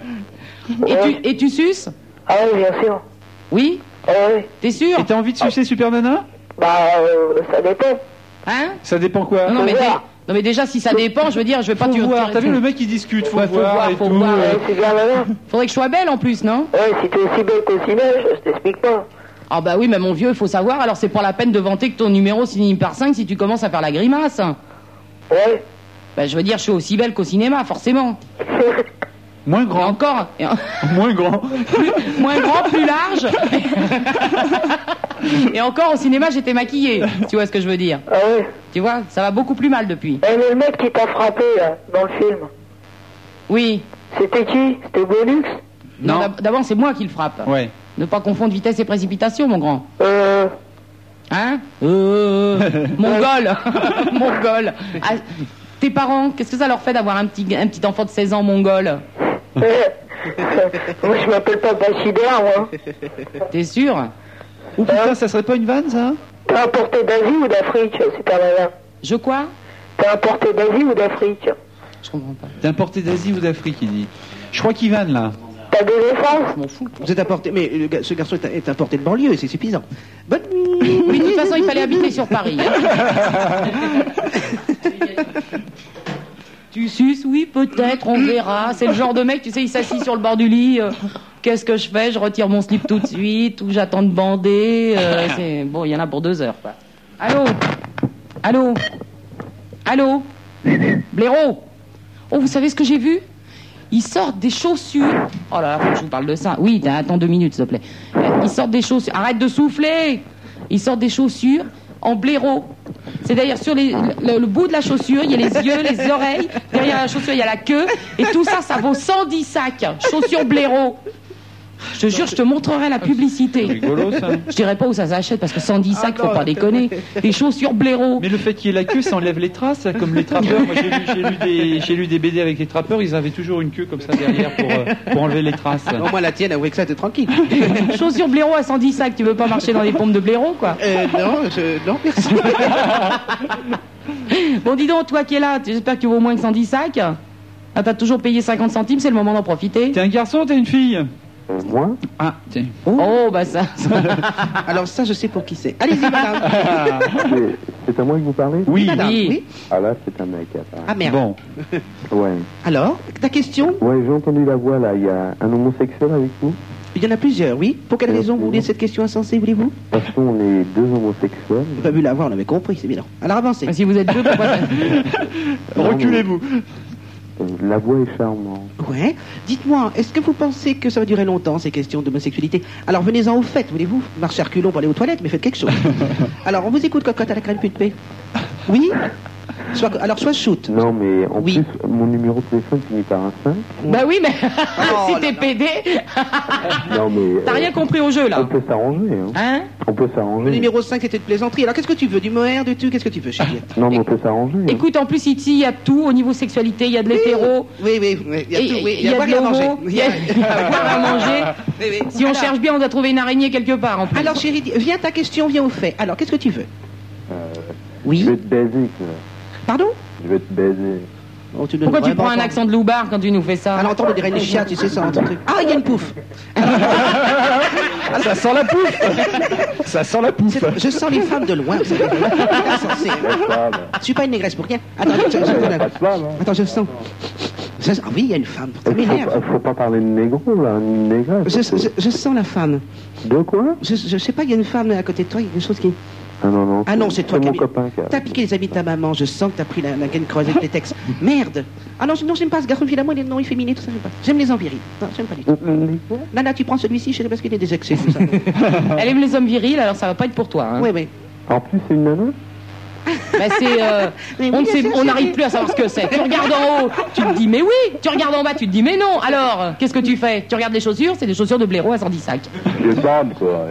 C: Et, tu, et tu suces
H: Ah oui, bien sûr. Ah
C: Oui
H: Ouais, ouais.
C: T'es sûr
E: Et t'as envie de sucer Super Nana
H: Bah, euh, ça dépend.
C: Hein
E: Ça dépend quoi
C: non, non, mais
H: Faut
C: dé-
H: voir.
C: non, mais déjà, si ça dépend, je veux dire, je vais pas
E: Faut
C: tu
E: voir,
C: tu-
E: t'as vu, le mec, il discute, faut,
C: Ouais, faut
E: voir,
C: voir,
E: et
C: faut
E: tout.
C: voir.
E: euh.
H: Ouais, c'est bien, Nana.
C: Faudrait que je sois belle en plus, non
H: Ouais, si t'es aussi belle qu'aussi belle, je je t'explique pas.
C: Ah bah oui, mais mon vieux, faut savoir, alors c'est pas la peine de vanter que ton numéro finit par 5 si tu commences à faire la grimace.
H: Ouais.
C: Bah je veux dire, je suis aussi belle qu'au cinéma, forcément.
E: Moins
C: Et
E: grand,
C: encore, et en-
E: moins grand.
C: moins grand, plus large. Et encore, au cinéma, j'étais maquillée, tu vois ce que je veux dire.
H: Ah ouais.
C: Tu vois, ça va beaucoup plus mal depuis.
H: Eh, mais le mec qui t'a frappé, là, dans le film,
C: Oui.
H: c'était qui C'était Bonux
C: Non,
E: Non.
C: d'ab- d'abord, c'est moi qui le frappe.
E: Ouais.
C: Ne pas confondre vitesse et précipitation, mon grand.
H: Euh.
C: Hein euh, Mongol Mongol Ah, Tes parents, qu'est-ce que ça leur fait d'avoir un petit, un petit enfant de 16 ans mongol
H: ouais. eh. moi, je m'appelle pas Bachida, moi.
C: T'es sûr
E: Ou putain, ça serait pas une vanne, ça
H: T'es importé d'Asie ou d'Afrique, Super Nana
C: Je quoi
H: T'es importé d'Asie ou d'Afrique
C: Je comprends pas.
E: T'es importé d'Asie ou d'Afrique, il dit. Je crois qu'il vanne, là.
H: T'as des essences
C: Je m'en fous.
F: Vous êtes apporté, mais le gars- ce garçon est, est importé de banlieue, c'est suffisant. Bonne
C: Oui,
F: nuit.
C: de toute façon, il fallait habiter sur Paris. hein. tu suces Oui, peut-être, on verra. C'est le genre de mec, tu sais, il s'assit sur le bord du lit. euh, Qu'est-ce que je fais Je retire mon slip tout de suite ou j'attends de bander. euh, c'est- bon, il y en a pour deux heures. quoi. Allô Allô Allô Blaireau Oh, vous savez ce que j'ai vu Ils sortent des chaussures. Oh là là, faut que je vous parle de ça. Oui, t'as- attends deux minutes, s'il te plaît. Euh, Ils sortent des chaussures. Arrête de souffler Ils sortent des chaussures en blaireau. C'est d'ailleurs sur les- le, le bout de la chaussure, il y a les yeux, les oreilles. Derrière la chaussure, il y a la queue. Et tout ça, ça vaut 110 sacs. Chaussures blaireau. Je te jure, je te montrerai la publicité.
E: Rigolo, ça.
C: Je dirais pas où ça s'achète parce que 110 sacs, faut pas déconner. Des chaussures blaireau.
E: Mais le fait qu'il y ait la queue, ça enlève les traces, là, comme les trappeurs. Moi, j'ai lu, j'ai lu des, j'ai lu des BD avec les trappeurs, ils avaient toujours une queue comme ça derrière pour, euh, pour enlever les traces.
F: Au moins la tienne, avouez que ça, t'es tranquille.
C: Chaussures blaireau à 110 sacs, tu veux pas marcher dans les pompes de blaireau, quoi.
F: Euh, non, je, non, merci.
C: Bon, dis donc, toi qui es là, tu- j'espère que tu vaux moins que 110 sacs. Ah, t'as toujours payé 50 centimes, c'est le moment d'en profiter.
E: T'es un garçon, t'es une fille
D: Moi
E: Ah, tiens.
C: Oh, bah ça.
F: Alors ça, je sais pour qui c'est. Allez-y, madame.
D: C'est- C'est à moi que vous parlez
E: Oui.
F: Madame,
C: Oui.
D: Ah là, c'est un mec à part.
F: Ah merde.
E: Bon,
D: Ouais.
F: Alors, ta question
D: Ouais, j'ai entendu la voix là. Il y a un homosexuel avec vous
F: Il y en a plusieurs, oui. Pour quelle raison vous voulez cette question insensée, voulez-vous
D: Parce qu'on est deux homosexuels.
F: J'ai pas vu la voir, on l'avait compris, c'est bien. Alors avancez.
C: Si vous êtes deux, pourquoi pas
E: reculez-vous.
D: euh, La voix est charmante.
F: Ouais. Dites-moi, est-ce que vous pensez que ça va durer longtemps, ces questions d'homosexualité Alors venez-en au fait, voulez-vous Marchez à reculons pour aller aux toilettes, mais faites quelque chose. Alors on vous écoute, cocotte à la crème pute paix. Oui Soit- Alors soit shoot.
D: Non, mais en
F: Oui.
D: plus, mon numéro de téléphone finit par un 5.
C: Bah oui, mais
F: Oh
C: si
F: là
C: t'es
F: là.
C: pédé,
D: Non, mais.
C: t'as
D: euh,
C: rien compris au jeu,
D: On
C: là.
D: peut s'arranger, hein.
C: Hein
D: On peut
F: Le
D: s'arranger.
F: numéro 5 c'était de plaisanterie. Alors qu'est-ce que tu veux Du mohair, du tu Qu'est-ce que tu veux, chérie
D: Non, mais on peut s'arranger. hein.
C: Écoute, en plus, ici, il y a tout au niveau sexualité, il y a de l'hétéro.
F: Oui, oui, oui, il y a
C: et-
F: tout, oui.
C: Il y a
F: à boire
C: de
F: et à
C: l'homo,
F: manger. Ah
C: il y a il y a à boire à manger.
F: Oui, oui.
C: Si on
F: Alors-
C: cherche bien, on doit trouver une araignée quelque part, en plus.
F: Alors chérie, dis- viens ta question, viens au fait. Alors qu'est-ce que tu veux
D: Euh, Je
C: oui.
D: vais te baiser, quoi.
F: Pardon
D: Je vais te baiser.
F: Oh, nous
C: Pourquoi
F: l'as
C: tu
F: vraiment
C: prends un
F: pas.
C: accent de loupard quand tu nous fais ça
F: À l'entendre, on dirait une chiat, tu sais, ça, un truc. Ah, il y a une pouffe
E: Ça sent la pouffe Ça sent la pouffe
F: Je sens les femmes de loin. vous savez. C'est insensé. Je suis pas une négresse pour rien. Attends, je, je-
D: Pas de
F: je-
D: flamme, hein.
F: attends, je sens. Je- ah oui, il y a une femme. Ça
D: Faut
F: m'énerve.
D: pas- Faut pas parler de négro, là, ni de négresse.
F: Je, je- je sens la femme.
D: De quoi
F: Je, je sais pas, il y a une femme à côté de toi, il y a quelque chose qui.
D: Ah non, non.
F: Ah non, c'est toi qui.
D: mon
F: as-
D: copain qui a-
F: T'as piqué les habits de ta maman, je sens que t'as pris la, la gaine creuse avec tes textes. Merde Ah non, je- non j'aime pas ce garçon, évidemment, il est non efféminé, tout ça, j'aime pas. J'aime les envirils. Non, j'aime pas les.
D: Euh, Les quoi
F: Là, là, tu prends celui-ci, je sais pas parce qu'il est des excès, tout ça.
C: Elle aime les hommes virils, alors ça va pas être pour toi. hein.
F: ouais, ouais.
D: En plus, c'est une nana
C: Bah, c'est, euh,
F: Mais
C: on
F: oui,
C: ne sait-
F: ça,
C: on
F: c'est-
C: n'arrive plus à savoir ce que c'est. Tu regardes en haut, tu te dis mais oui. Tu regardes en bas, tu te dis mais non. Alors, euh, qu'est-ce que tu fais Tu regardes les chaussures, c'est des chaussures de blaireau à 110 sacs.
I: Je bande, quoi.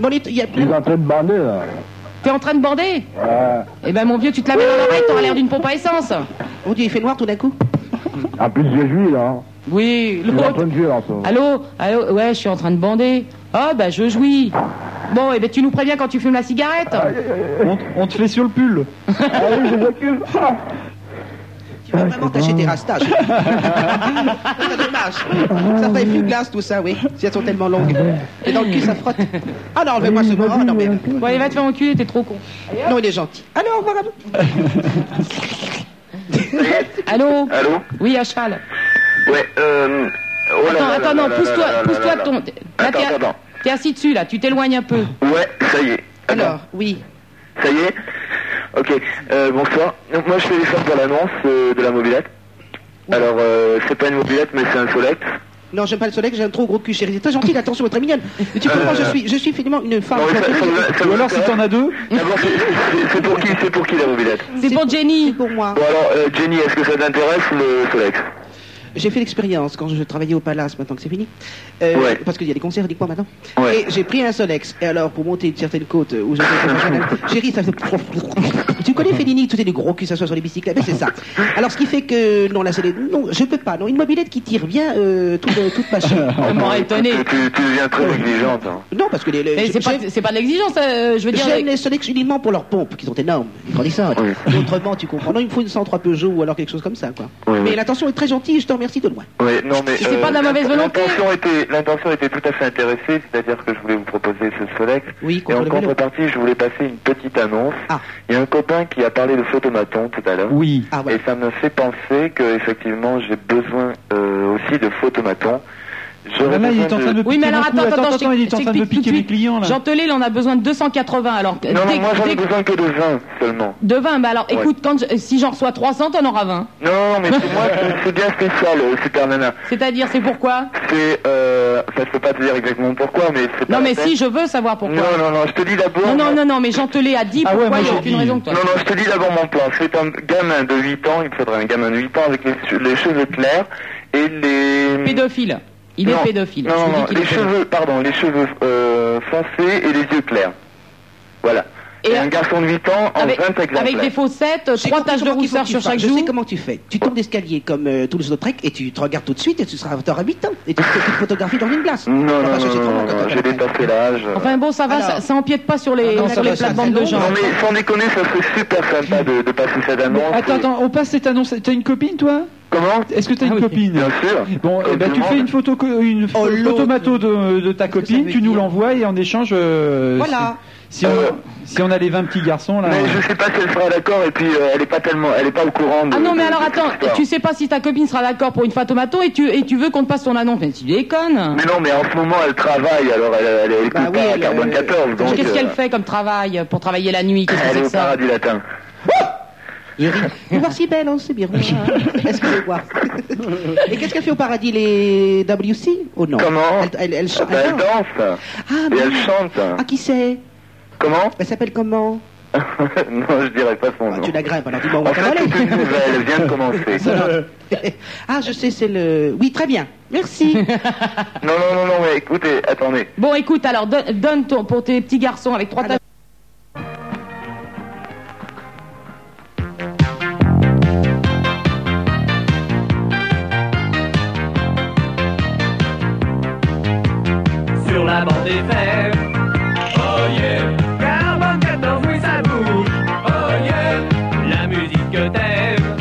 F: Bon, les- il Hein y a
I: Je suis en train de bander, là.
C: T'es en train de bander
I: Ouais.
C: Eh ben mon vieux, tu te la mets dans l'oreille, t'auras l'air d'une pompe à essence.
F: Oh Dieu, il fait noir tout d'un coup.
I: En plus, je jouis, là.
C: Oui,
I: Je suis en
C: l'autre.
I: train de jouer, là, en ce moment.
C: Allô Allô Ouais, je suis en train de bander. Ah bah je jouis. Bon, eh ben tu nous préviens quand tu fumes la cigarette.
I: Ah,
E: on, te- on te fait sur le pull.
F: Tu
D: Ah,
F: vas vraiment tâcher tes rastages. c'est dommage. Certains fuient de glace, tout ça, oui. Si elles sont tellement
D: Ah,
F: longues. Et dans le cul, ça frotte. Ah non, enlevez-moi ce moment. Ah non, mais.
C: Bon, allez, va te faire enculer, t'es trop con.
F: Non, il est gentil. Alors, au revoir à vous.
C: Allô
G: Allô
C: Oui, à cheval.
G: Ouais, euh... oh là
C: Attends,
G: là
C: attends,
G: là
C: non,
G: là
C: pousse-toi,
G: là là
C: pousse-toi
G: là
C: de ton.
G: là.
C: là,
G: Attends,
C: t'es à-
G: attends,
C: T'es assis dessus là, tu t'éloignes un peu.
G: attends. Ouais, ça y est. Attends,
F: Alors, oui.
G: Ça y est Ok, euh, bonsoir. Donc moi je fais l'effort pour l'annonce euh, de la mobilette. Alors, euh, c'est pas une mobilette, mais c'est un solex.
F: Non, j'aime pas le soleil, j'ai un trop gros cul, chérie. C'est très gentil, attention, votre mignonne. Mais tu comprends, je suis, je suis finalement une femme.
G: Euh, Non, mais ça- ça vous- ça vous
E: Ou alors si
G: intéresse
E: t'en as deux,
G: D'abord, c'est- c'est c'est pour qui C'est pour qui la mobilette
C: C'est pour Jenny.
F: C'est pour moi.
G: Bon alors, euh, Jenny, est-ce que ça t'intéresse le Solex
F: J'ai fait l'expérience quand je travaillais au Palace, maintenant que c'est fini. Euh,
G: Ouais.
F: Parce qu'il y a des concerts, dis quoi maintenant
G: Ouais.
F: Et j'ai pris un Solex. Et alors, pour monter une certaine côte euh, où j'avais. Chérie, ça fait. tu connais Fellini, tout est du gros cul, ça soit sur les bicyclettes, mais c'est ça. Alors, ce qui fait que. Non, là, c'est les. Non, je peux pas. Non, une mobilette qui tire bien euh, tout, euh, toute ma chaîne.
C: On m'aurait étonné.
G: Tu, tu, tu deviens très exigeante. hein.
F: Non, parce que les. les-
C: Mais c'est pas,
F: j'aime-
C: c'est pas de l'exigence, euh, je veux dire.
F: J'aime les Solex uniquement pour leurs pompes, qui sont énormes, et grandissantes. Autrement, tu comprends. Non, il me faut une 103 Peugeot ou alors quelque chose comme ça, quoi.
G: Oui,
F: Mais
G: oui.
F: l'attention est très gentille, je te remercie de loin.
G: Ouais, non, mais, euh,
C: C'est pas de la mauvaise volonté.
G: L'intention était, l'intention était tout à fait intéressée, c'est-à-dire que je voulais vous proposer ce Solex.
F: Oui,
G: Et
F: contre
G: en
F: le vélo.
G: contrepartie, je voulais passer une petite annonce.
F: Ah.
G: Il y a un copain qui a parlé de photomaton tout à l'heure.
E: oui.
F: Ah, voilà.
G: Et ça me fait penser que effectivement j'ai besoin euh, aussi de photomaton. J'aurais
E: Ah, là, il est en
G: besoin
E: train de
C: Oui, mais
E: piquer
C: alors
E: mon cou.
C: attends, attends, attends, je
E: il est en train de
C: t'explique tout de
E: piquer mes
C: suite.
E: clients, là.
C: Jean Telel en a besoin de 280, alors que-
G: Non,
C: dès-
G: non, moi j'en ai
C: dès-
G: besoin que de 20 seulement.
C: de 20, bah alors
G: Ouais.
C: écoute, quand je- si j'en reçois 300, t'en auras 20.
G: Non, non, mais pour moi c'est- c'est bien spécial, euh, Super Nana.
C: C'est-à-dire, c'est pourquoi
G: C'est, euh, enfin je peux pas te dire exactement pourquoi, mais c'est pas
C: Non,
G: la
C: mais
G: peine.
C: si, je veux savoir pourquoi.
G: Non, non, non, je te dis d'abord.
C: Non, non, non, non, mais Jean Tellet a dit
E: Ah ouais,
C: pourquoi,
E: moi,
C: il n'y a
E: j'ai
C: aucune
E: dit.
C: raison que toi.
G: Non, non, je te dis d'abord mon plan. C'est un gamin de 8 ans, il me faudrait un gamin de 8 ans avec les, che- les cheveux clairs et les...
C: Pédophile. Il
G: Non,
C: est pédophile.
G: Non,
C: Je vous dis
G: non, non,
C: qu'il est
G: les
C: pédophile.
G: cheveux, pardon, les cheveux euh, foncés et les yeux clairs. Voilà.
C: Et
G: Et, un garçon de 8 ans en
C: Avec,
G: 20 exemplaires.
C: avec des faussettes,
F: J'ai
C: 3
F: compris
C: taches de
F: comment il faut
C: rousseur
F: que tu
C: sur
F: fasses.
C: chaque
F: Je
C: joue.
F: sais comment tu fais. Tu tombes d'escalier comme euh, Toulouse-Lautrec et tu te regardes tout de suite et tu seras auras 8 ans et tu fais une photographie dans une glace.
G: Non, non,
F: Enfin,
G: non,
F: je sais
G: non,
F: trop
G: non,
F: bien quand
G: non,
F: t'as
G: j'ai
F: fait.
G: dépassé l'âge.
C: Enfin bon, ça va,
F: Alors-
C: ça, ça empiète pas sur
G: Ah
C: les,
F: non, ça
C: sur les
F: va, ça va,
C: plates-bandes de
F: ça
C: gens.
F: va.
G: non, mais sans déconner, ça serait super sympa de, de passer cette annonce.
E: Attends, attends, on passe cette annonce. T'as une copine, toi
G: Comment
E: Est-ce que t'as
C: Ah
E: une
C: oui.
E: copine
G: Bien sûr.
E: Bon, eh
G: Comme
E: ben,
G: tout
E: tu
G: le
E: fais
G: monde.
E: une photo, co- une
F: Oh, l'autre.
E: photomato de, de ta
F: Qu'est-ce que ça
E: copine,
F: veut
E: tu nous
F: dire
E: l'envoies et en échange, euh,
F: Voilà.
E: si, si on,
G: Euh.
E: si on a les 20 petits garçons là. euh,
G: Mais je sais pas si elle sera d'accord et puis euh, elle est pas tellement, elle est pas au courant de.
C: Ah non, mais
G: de-
C: alors
G: de cette
C: attends,
G: histoire.
C: tu sais pas si ta copine sera d'accord pour une fois tomato et tu, et tu veux qu'on te passe ton annonce. Mais tu déconnes.
G: Mais non, mais en ce moment elle travaille, alors elle, elle, elle écoute
F: Bah oui,
G: pas
F: elle,
G: Carbone
F: euh,
G: 14, donc.
C: Qu'est-ce
G: euh,
C: qu'elle fait comme travail pour travailler la nuit Qu'est-ce que
G: Elle
C: c'est
G: est
C: que
G: au
C: ça
G: paradis latin.
F: Faut voir si belle, hein, c'est bien. Est-ce que je vois Et qu'est-ce qu'elle fait au paradis, les WC Oh non.
G: Comment
F: Elle, elle, elle chante.
G: Bah, Elle
F: elle danse.
G: danse.
F: Ah,
G: Et
F: mais-
G: elle chante.
F: Ah, qui c'est
G: Comment
F: Elle s'appelle comment
G: Non, je dirais pas son
F: Ah,
G: nom.
F: Tu la grimpes, alors dis-moi où
G: En
F: elle
G: fait, c'est une nouvelle, elle vient de commencer.
F: Ah, je sais, c'est le. Oui, très bien. Merci.
G: Non, non, non, non, mais écoutez, attendez.
C: Bon, écoute, alors don- donne ton, pour tes petits garçons avec trois taches.
B: Sur la bande des fers. Oh yeah. Carbone 14, oui, ça bouge. Oh yeah. La musique que t'aimes.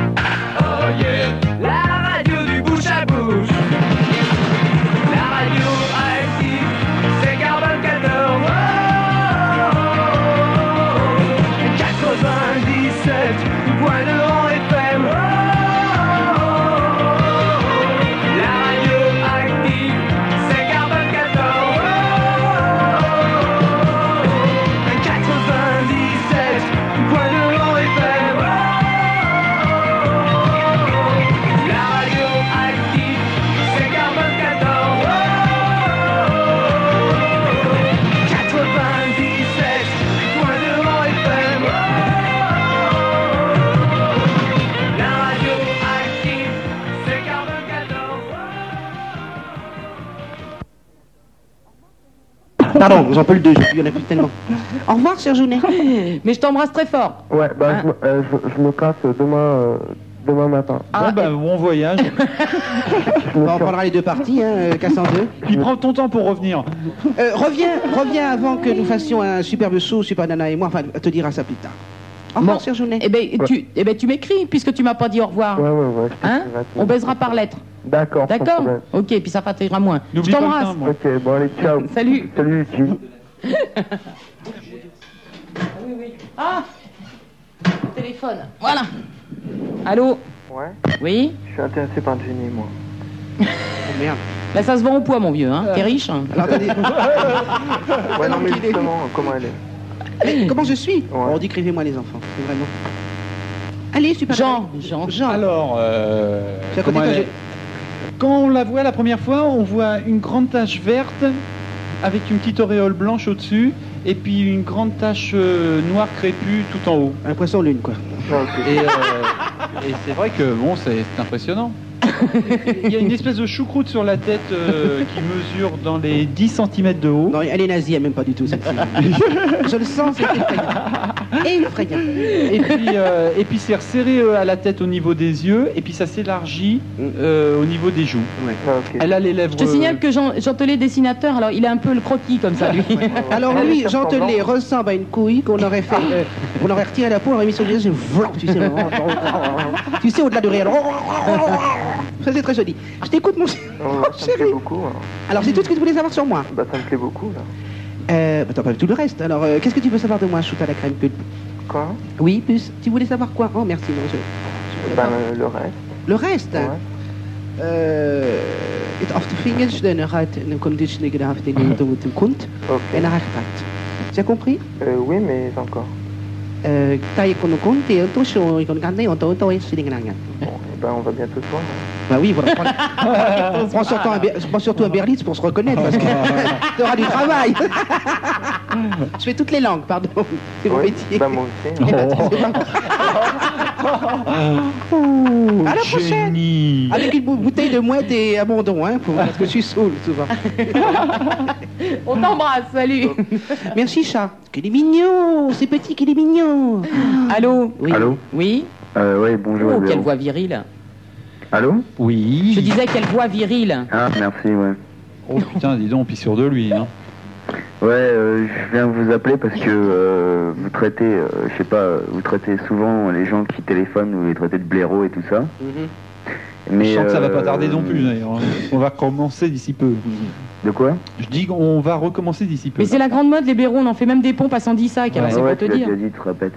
B: Oh yeah. La radio du bouche à bouche. La radio active.
F: Pardon, j'en peux le deux, il y en a plus tellement. Au revoir, cher Jeunet.
C: Mais je t'embrasse très fort.
G: Ouais,
F: Ah.
G: bah, je, me- euh, je, je me casse demain, euh, demain matin.
E: Ah, bah, bon voyage.
G: Je me
F: Bon, on
G: suis-
F: prendra les deux parties, hein, euh, casse en deux.
E: Puis prends ton temps pour revenir.
F: Euh, reviens, reviens avant que nous fassions un superbe saut, Super Nana et moi, enfin, on te dira ça plus tard. Au revoir,
C: Bon.
F: cher Jeunet.
C: Eh ben, tu, eh ben, tu m'écris puisque tu m'as pas dit au revoir.
G: Ouais, ouais, ouais. je te
C: Hein
G: dirai tout.
C: On baisera par lettre.
G: D'accord. sans
C: D'accord
G: problème.
C: Ok, puis ça fatiguera moins. Je
E: N'oublie pas le
C: t'embrasse.
E: timbre.
G: Ok, bon, allez, ciao.
C: Salut.
G: Salut, Jim.
C: Ah Téléphone. Voilà. Allô
G: Ouais,
C: Oui
G: je suis intéressé par le génie, moi.
F: Oh, merde.
C: Là, Bah, ça se vend au poids, mon vieux.
E: Euh.
C: Hein. T'es riche hein
F: Alors, attendez,
G: Ouais, non, mais justement, comment elle est
F: mais comment je suis Bon,
G: Ouais.
F: décrivez-moi les enfants, c'est vraiment. Allez, Super
C: Jean,
F: Nana.
C: Jean.
F: Jean.
E: Alors, euh,
F: C'est à côté
E: comment
F: de
E: elle
F: toi,
E: est quand on la voit la première fois, on voit une grande tache verte avec une petite auréole blanche au-dessus et puis une grande tache euh, noire crépue tout en haut.
F: Un poisson lune, quoi.
G: Non, ok.
E: Et, euh, et c'est vrai que bon, c'est c'est impressionnant. Il y a une espèce de choucroute sur la tête euh, qui mesure dans les 10 cm de haut.
F: Non, elle est nazie, elle m'aime pas du tout, cette fille. je le sens, c'est effrayant. Effrayant.
E: Et puis, euh, et puis c'est resserré euh, à la tête au niveau des yeux et puis ça s'élargit euh, au niveau des joues.
G: Non, Ah, ok.
E: Elle a les lèvres.
C: Je te signale que Jean, Jean Telet est dessinateur, alors il a un peu le croquis comme ça, lui.
F: Alors
G: Ouais, Ah,
F: lui,
G: ça
F: Jean
G: ressemble.
F: Telet ressemble à une couille qu'on aurait fait, euh, on aurait retiré la peau, on aurait mis sur le visage, vlan, tu sais, tu sais au-delà du réel. Ça c'est très joli. Je t'écoute mon chéri.
G: Oh, ça me plaît beaucoup. hein.
F: Alors c'est tout ce que tu voulais savoir sur moi.
G: Bah, ça me plaît beaucoup, là.
F: Euh, bah, t'as pas vu tout le reste. Alors euh, qu'est-ce que tu veux savoir de moi, shoot à la crème pulpe
G: Quoi
F: Oui, plus. Tu voulais savoir quoi Oh merci mon chéri.
G: Bah, le, le reste.
F: Le reste.
G: Ouais.
F: Euh, het af te vingen, dus dan gaat een conditie die je daar hebt in de dood en komt, en
G: Ok.
F: dan gaat het. Tu as compris
G: Euh, oui, mais encore.
F: Euh, taille qu'on nous compte et un touche, on y connaît, on t'entend, on s'y dégagne.
G: Bah, on va bientôt se voir. hein.
F: Bah oui, voilà. Prends, prends surtout, un, Ber- prends surtout un Berlitz pour se reconnaître, parce que t'auras du travail. Je fais toutes les langues, pardon. C'est mon
G: Oui,
F: métier.
G: Bah, moi aussi.
F: Eh
G: hein.
F: ben, c'est pas grave. à la prochaine
E: Génie.
F: Avec une bou- bouteille de mouette et abondon, hein, pour- parce que je suis saoul souvent.
C: On t'embrasse, salut.
F: Merci, chat. Qu'il est mignon, c'est petit qu'il est mignon.
C: Allô
F: Oui.
G: Allô
C: Oui
G: Euh, oui, bonjour.
C: Oh,
G: Véro.
C: quelle voix virile.
G: Allô
E: Oui.
C: Je disais quelle voix virile.
G: Ah, merci, ouais.
E: Oh putain, dis donc, on pisse sur de lui. Hein.
G: Ouais, euh, je viens vous appeler parce que euh, vous traitez, euh, je sais pas, euh, vous traitez souvent les gens qui téléphonent, vous les traitez de blaireaux et tout ça. Mais,
E: Mhm. Je sens que ça va pas
G: euh,
E: tarder non plus d'ailleurs. hein. On va recommencer d'ici peu.
G: De quoi
C: Eh
E: Je dis qu'on va recommencer d'ici peu.
C: Mais c'est la grande mode, les blaireaux, on en fait même des pompes à 110 sacs, alors
E: Ouais.
C: ben, c'est
G: Ah Ouais,
C: pour te
G: tu l'as
C: dire.
G: déjà dit, tu te répètes.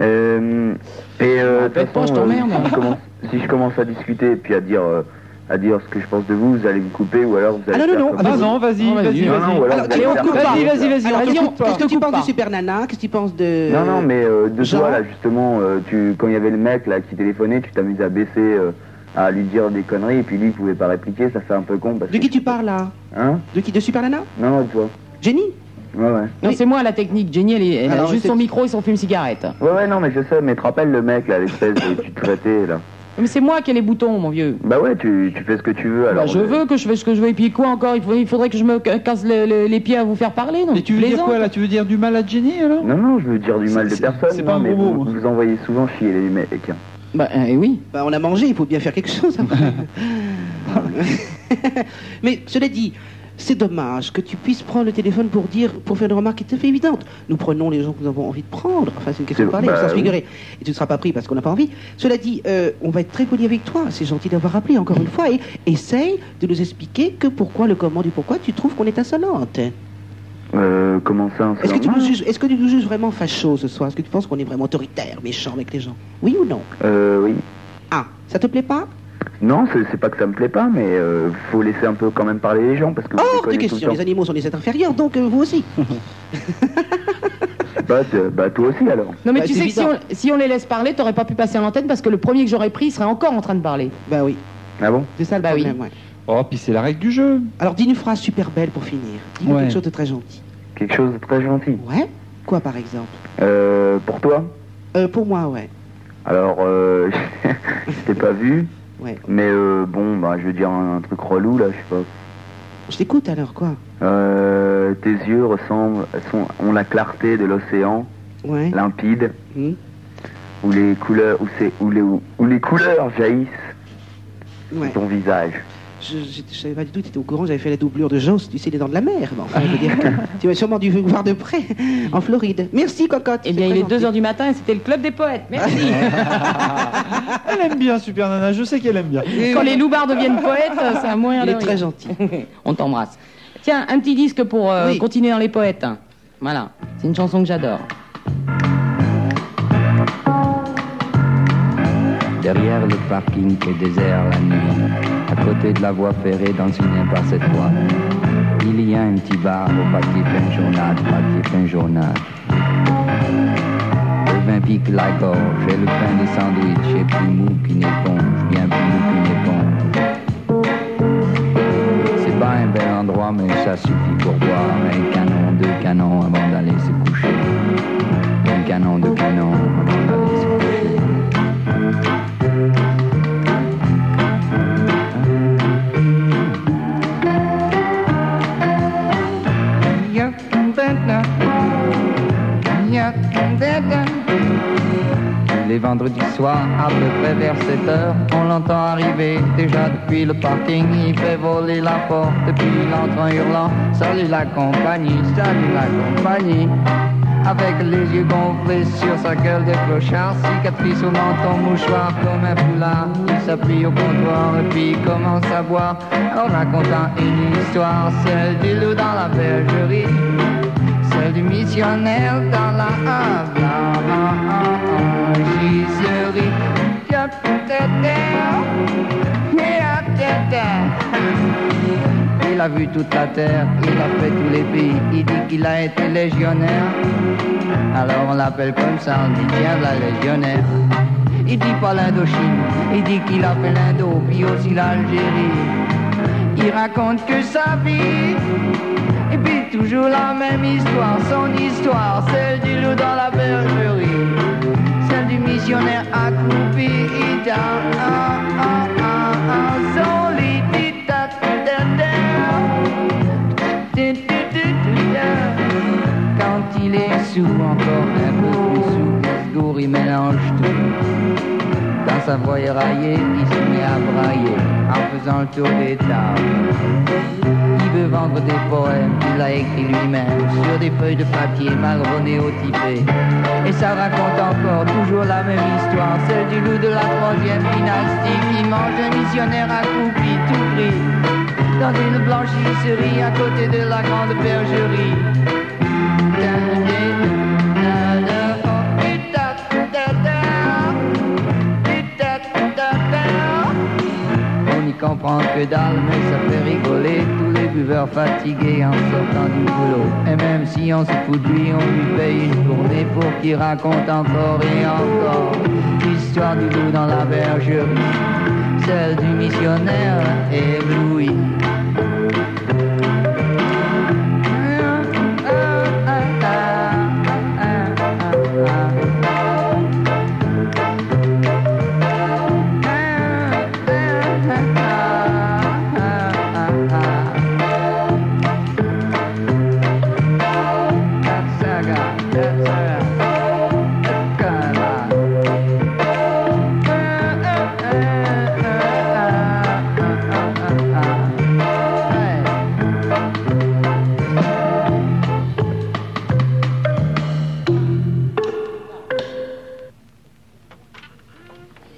G: Euh, et euh, de toute
C: Répète pas,
G: façon,
C: je t'emmerde.
G: euh, si, je commence, si je commence à discuter et puis à dire, euh, à dire ce que je pense de vous, vous allez me couper ou alors vous allez.
F: Ah, non, non,
G: faire
F: non,
G: comme
F: ah,
E: Ah
G: vous.
E: non, vas-y,
C: Non,
E: vas-y,
C: vas-y,
G: non, non,
E: vas-y.
G: ou alors
F: Alors,
G: vous allez
C: mais on
G: faire
C: coupe
G: comme
C: pas.
G: vous.
E: Vas-y, vas-y, vas-y.
F: Alors,
E: on
F: qu'est-ce
E: coupe
F: que-
E: pas.
F: qu'est-ce que tu
C: coupe
F: penses
C: pas.
F: de Super Nana Qu'est-ce que tu penses de...
G: Non, non, mais euh, de
F: Jean
G: toi, là, justement, euh, tu, quand il y avait le mec là qui téléphonait, tu t'amusais à baisser, euh, à lui dire des conneries, et puis lui, il pouvait pas répliquer, ça fait un peu con. Parce
F: De
G: que-
F: qui tu parles, là
G: Hein
F: De qui De Super Nana
G: Non, non, de toi.
F: Jenny
G: Ouais, ouais.
C: Non,
F: Oui.
C: c'est moi la technique. Jenny, elle, est- elle
F: Alors,
C: a juste
F: c'est-
C: son micro et son fume-cigarette.
G: Ouais, ouais, non, mais je sais, mais te rappelles le mec, là, l'espèce de tu te traitais, là.
C: Mais c'est moi qui ai les boutons, mon vieux.
G: Bah ouais, tu, tu fais ce que tu veux, alors.
C: Bah, je
G: euh,
C: veux que je fais ce que je veux, et puis quoi encore Il faut- il faudrait que je me ca- casse le- le- les pieds à vous faire parler, non
E: Mais tu veux dire
C: Plaisante.
E: quoi là Tu veux dire du mal à Jenny alors
G: Non, non, je veux dire du mal de
E: C'est-
G: personne,
E: c'est pas un
G: non, mais
E: gros
G: vous,
E: mot.
G: vous envoyez souvent chier les mecs. hein.
C: Bah, eh oui.
F: Bah, on a mangé, il faut bien faire quelque chose. après. Mais cela dit, c'est dommage que tu puisses prendre le téléphone pour dire, pour faire une remarque qui te fait évidente. Nous prenons les gens que nous avons envie de prendre. Enfin, c'est une question
G: C'est-
F: de parler,
G: bah,
F: ça se
G: oui.
F: figurer. Et tu ne seras pas pris parce qu'on n'a pas envie. Cela dit, euh, on va être très poli avec toi. C'est gentil d'avoir appelé encore une fois. Et essaye de nous expliquer que pourquoi, le comment, du pourquoi tu trouves qu'on est insolente.
G: Euh, comment ça, un
F: Est-ce que, tu
G: soir
F: nous juges, est-ce que tu nous juges vraiment fachos ce soir Est-ce que tu penses qu'on est vraiment autoritaire, méchant avec les gens Oui ou non
G: Euh, oui.
F: Ah, ça te plaît pas
G: Non, c'est c'est pas que ça me plaît pas, mais euh, faut laisser un peu quand même parler les gens, parce que vous les
F: Hors de
G: connaissez tout
F: question,
G: le
F: les animaux sont Oh, des êtres inférieurs, donc euh, vous aussi.
G: temps. Bah, t'es- bah, toi aussi, alors.
C: Non, mais
F: Bah,
C: tu
F: c'est
C: sais que si on,
F: évident.
C: si on les laisse parler, t'aurais pas pu passer à l'antenne parce que le premier que j'aurais pris il serait encore en train de parler.
F: Bah oui,
G: Ah bon
F: c'est ça le
C: Bah
F: problème. ouais.
E: Oh, puis c'est la règle du jeu.
F: Alors dis une phrase super belle pour finir. dis
E: Ouais.
F: quelque chose de très gentil.
G: Quelque chose de très gentil.
F: Ouais Quoi par exemple
G: Euh, pour toi
F: euh, Pour moi, ouais.
G: Alors, euh, je t'ai pas vu,
F: Ouais.
G: mais euh, bon, bah, je veux dire un, un truc relou, là, je sais pas.
F: Je t'écoute alors, quoi
I: Euh, tes yeux ressemblent, sont, ont la clarté de l'océan
F: Ouais.
I: limpide,
F: Mhm.
I: où les couleurs, où c'est, où les, où les couleurs jaillissent de
F: ouais.
I: ton visage.
F: Je, je, je savais pas du tout, tu étais au courant, j'avais fait la doublure de Jean, tu sais, les dents de la mer. Mais enfin, je veux dire que tu m'as sûrement dû voir de près en Floride. Merci, Cocotte.
C: Eh bien, il est 2
F: heures.
C: heures du matin et c'était le club des poètes. Merci.
J: Elle aime bien Super Nana, je sais qu'elle aime bien.
C: Quand les loupards deviennent poètes, euh, c'est un moyen
F: Il
C: de
F: est
C: rire.
F: très gentil.
C: On t'embrasse. Tiens, un petit disque pour euh,
F: Oui.
C: continuer dans les poètes. Voilà, c'est une chanson que j'adore.
K: Derrière le parking est désert la nuit, à côté de la voie ferrée dans une impasse étroite, il y a un petit bar au papier fin journal, papier fin journal. Le vin pique la gorge et le pain des sandwichs est plus mou qu'une éponge, bien plus mou qu'une éponge. C'est pas un bel endroit, mais ça suffit pour boire un canon, deux canons avant d'aller se coucher. Un canon, deux canons avant d'aller se coucher. Les vendredis soirs, à peu près vers 7 heures, on l'entend arriver déjà depuis le parking. Il fait voler la porte, puis il entre en hurlant Salut la compagnie, salut la compagnie. Avec les yeux gonflés sur sa gueule de clochard, cicatrice au menton, mouchoir comme un foulard. Il s'appuie au comptoir et puis il commence à boire en racontant une histoire, celle du loup dans la bergerie, celle du missionnaire dans la blanchisserie. Il a vu toute la terre, il a fait tous les pays, il dit qu'il a été légionnaire. Alors on l'appelle comme ça, on dit tiens la légionnaire. Il dit pas l'Indochine, il dit qu'il a fait l'Indo, puis aussi l'Algérie. Il raconte que sa vie, et puis toujours la même histoire, son histoire, celle du loup dans la bergerie, celle du missionnaire accroupi dans son lit. Dit, ta, ta, ta, ta. Dit, dit, dit, dit, ta quand il est sous, encore un peu plus sous, Gainsbourg, il mélange tout. Dans sa voix éraillée, il se met à brailler en faisant le tour des tables. Il veut vendre des poèmes qu'il a écrits lui-même sur des feuilles de papier marronnées au typé. Et ça raconte encore toujours la même histoire, celle du loup de la troisième dynastie qui mange un missionnaire accroupi tout gris dans une blanchisserie à côté de la grande bergerie. On n'y comprend que dalle, mais ça fait rigoler tous les buveurs fatigués en sortant du boulot. Et même si on se fout de lui, on lui paye une journée pour qu'il raconte encore et encore l'histoire du loup dans la bergerie, celle du missionnaire ébloui.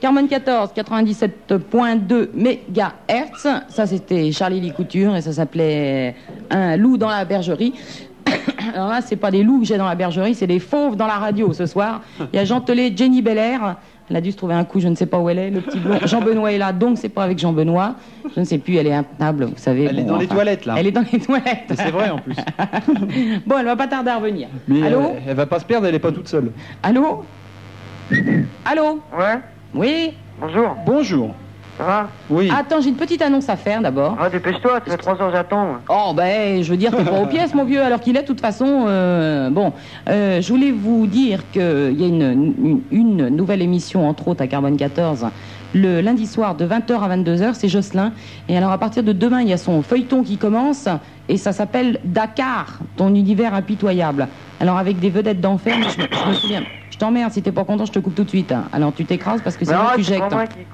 C: Carmen 14, 97.2 mégahertz. Ça, c'était Charlie Lee Couture et ça s'appelait euh, Un loup dans la bergerie. Alors là, c'est pas des loups que j'ai dans la bergerie, c'est des fauves dans la radio ce soir. Il y a Jean Telet, Jenny Belair. Elle a dû se trouver un coup, je ne sais pas où elle est. Le petit blond. Jean-Benoît est là, donc c'est pas avec Jean-Benoît. Je ne sais plus, elle est impenable, vous savez.
E: Elle est dans les toilettes, là.
C: Elle est dans les toilettes.
J: C'est vrai en plus.
C: Bon, elle va pas tarder à revenir.
J: Mais
C: Allô
J: euh, elle va pas se perdre, elle est pas toute seule.
C: Allô Allô
I: Ouais,
C: Oui
I: bonjour.
J: Bonjour.
H: Hein
E: Oui.
C: Attends, j'ai une petite annonce à faire d'abord.
H: Ah, dépêche-toi, tu fais 3 ans j'attends.
C: Oh ben, je veux dire, t'es pas aux pièces, mon vieux, alors qu'il est, de toute façon, euh, bon, euh, je voulais vous dire qu'il y a une, une, une nouvelle émission, entre autres, à Carbone 14, le lundi soir de 20h à 22h, c'est Jocelyn, et alors à partir de demain, il y a son feuilleton qui commence, et ça s'appelle Dakar, ton univers impitoyable. Alors avec des vedettes d'enfer, je, me- je me souviens, je t'emmerde, si t'es pas content, je te coupe tout de suite. hein. Alors tu t'écrases parce que sinon
H: Non,
C: tu
H: c'est pas
C: jectes.
H: moi qui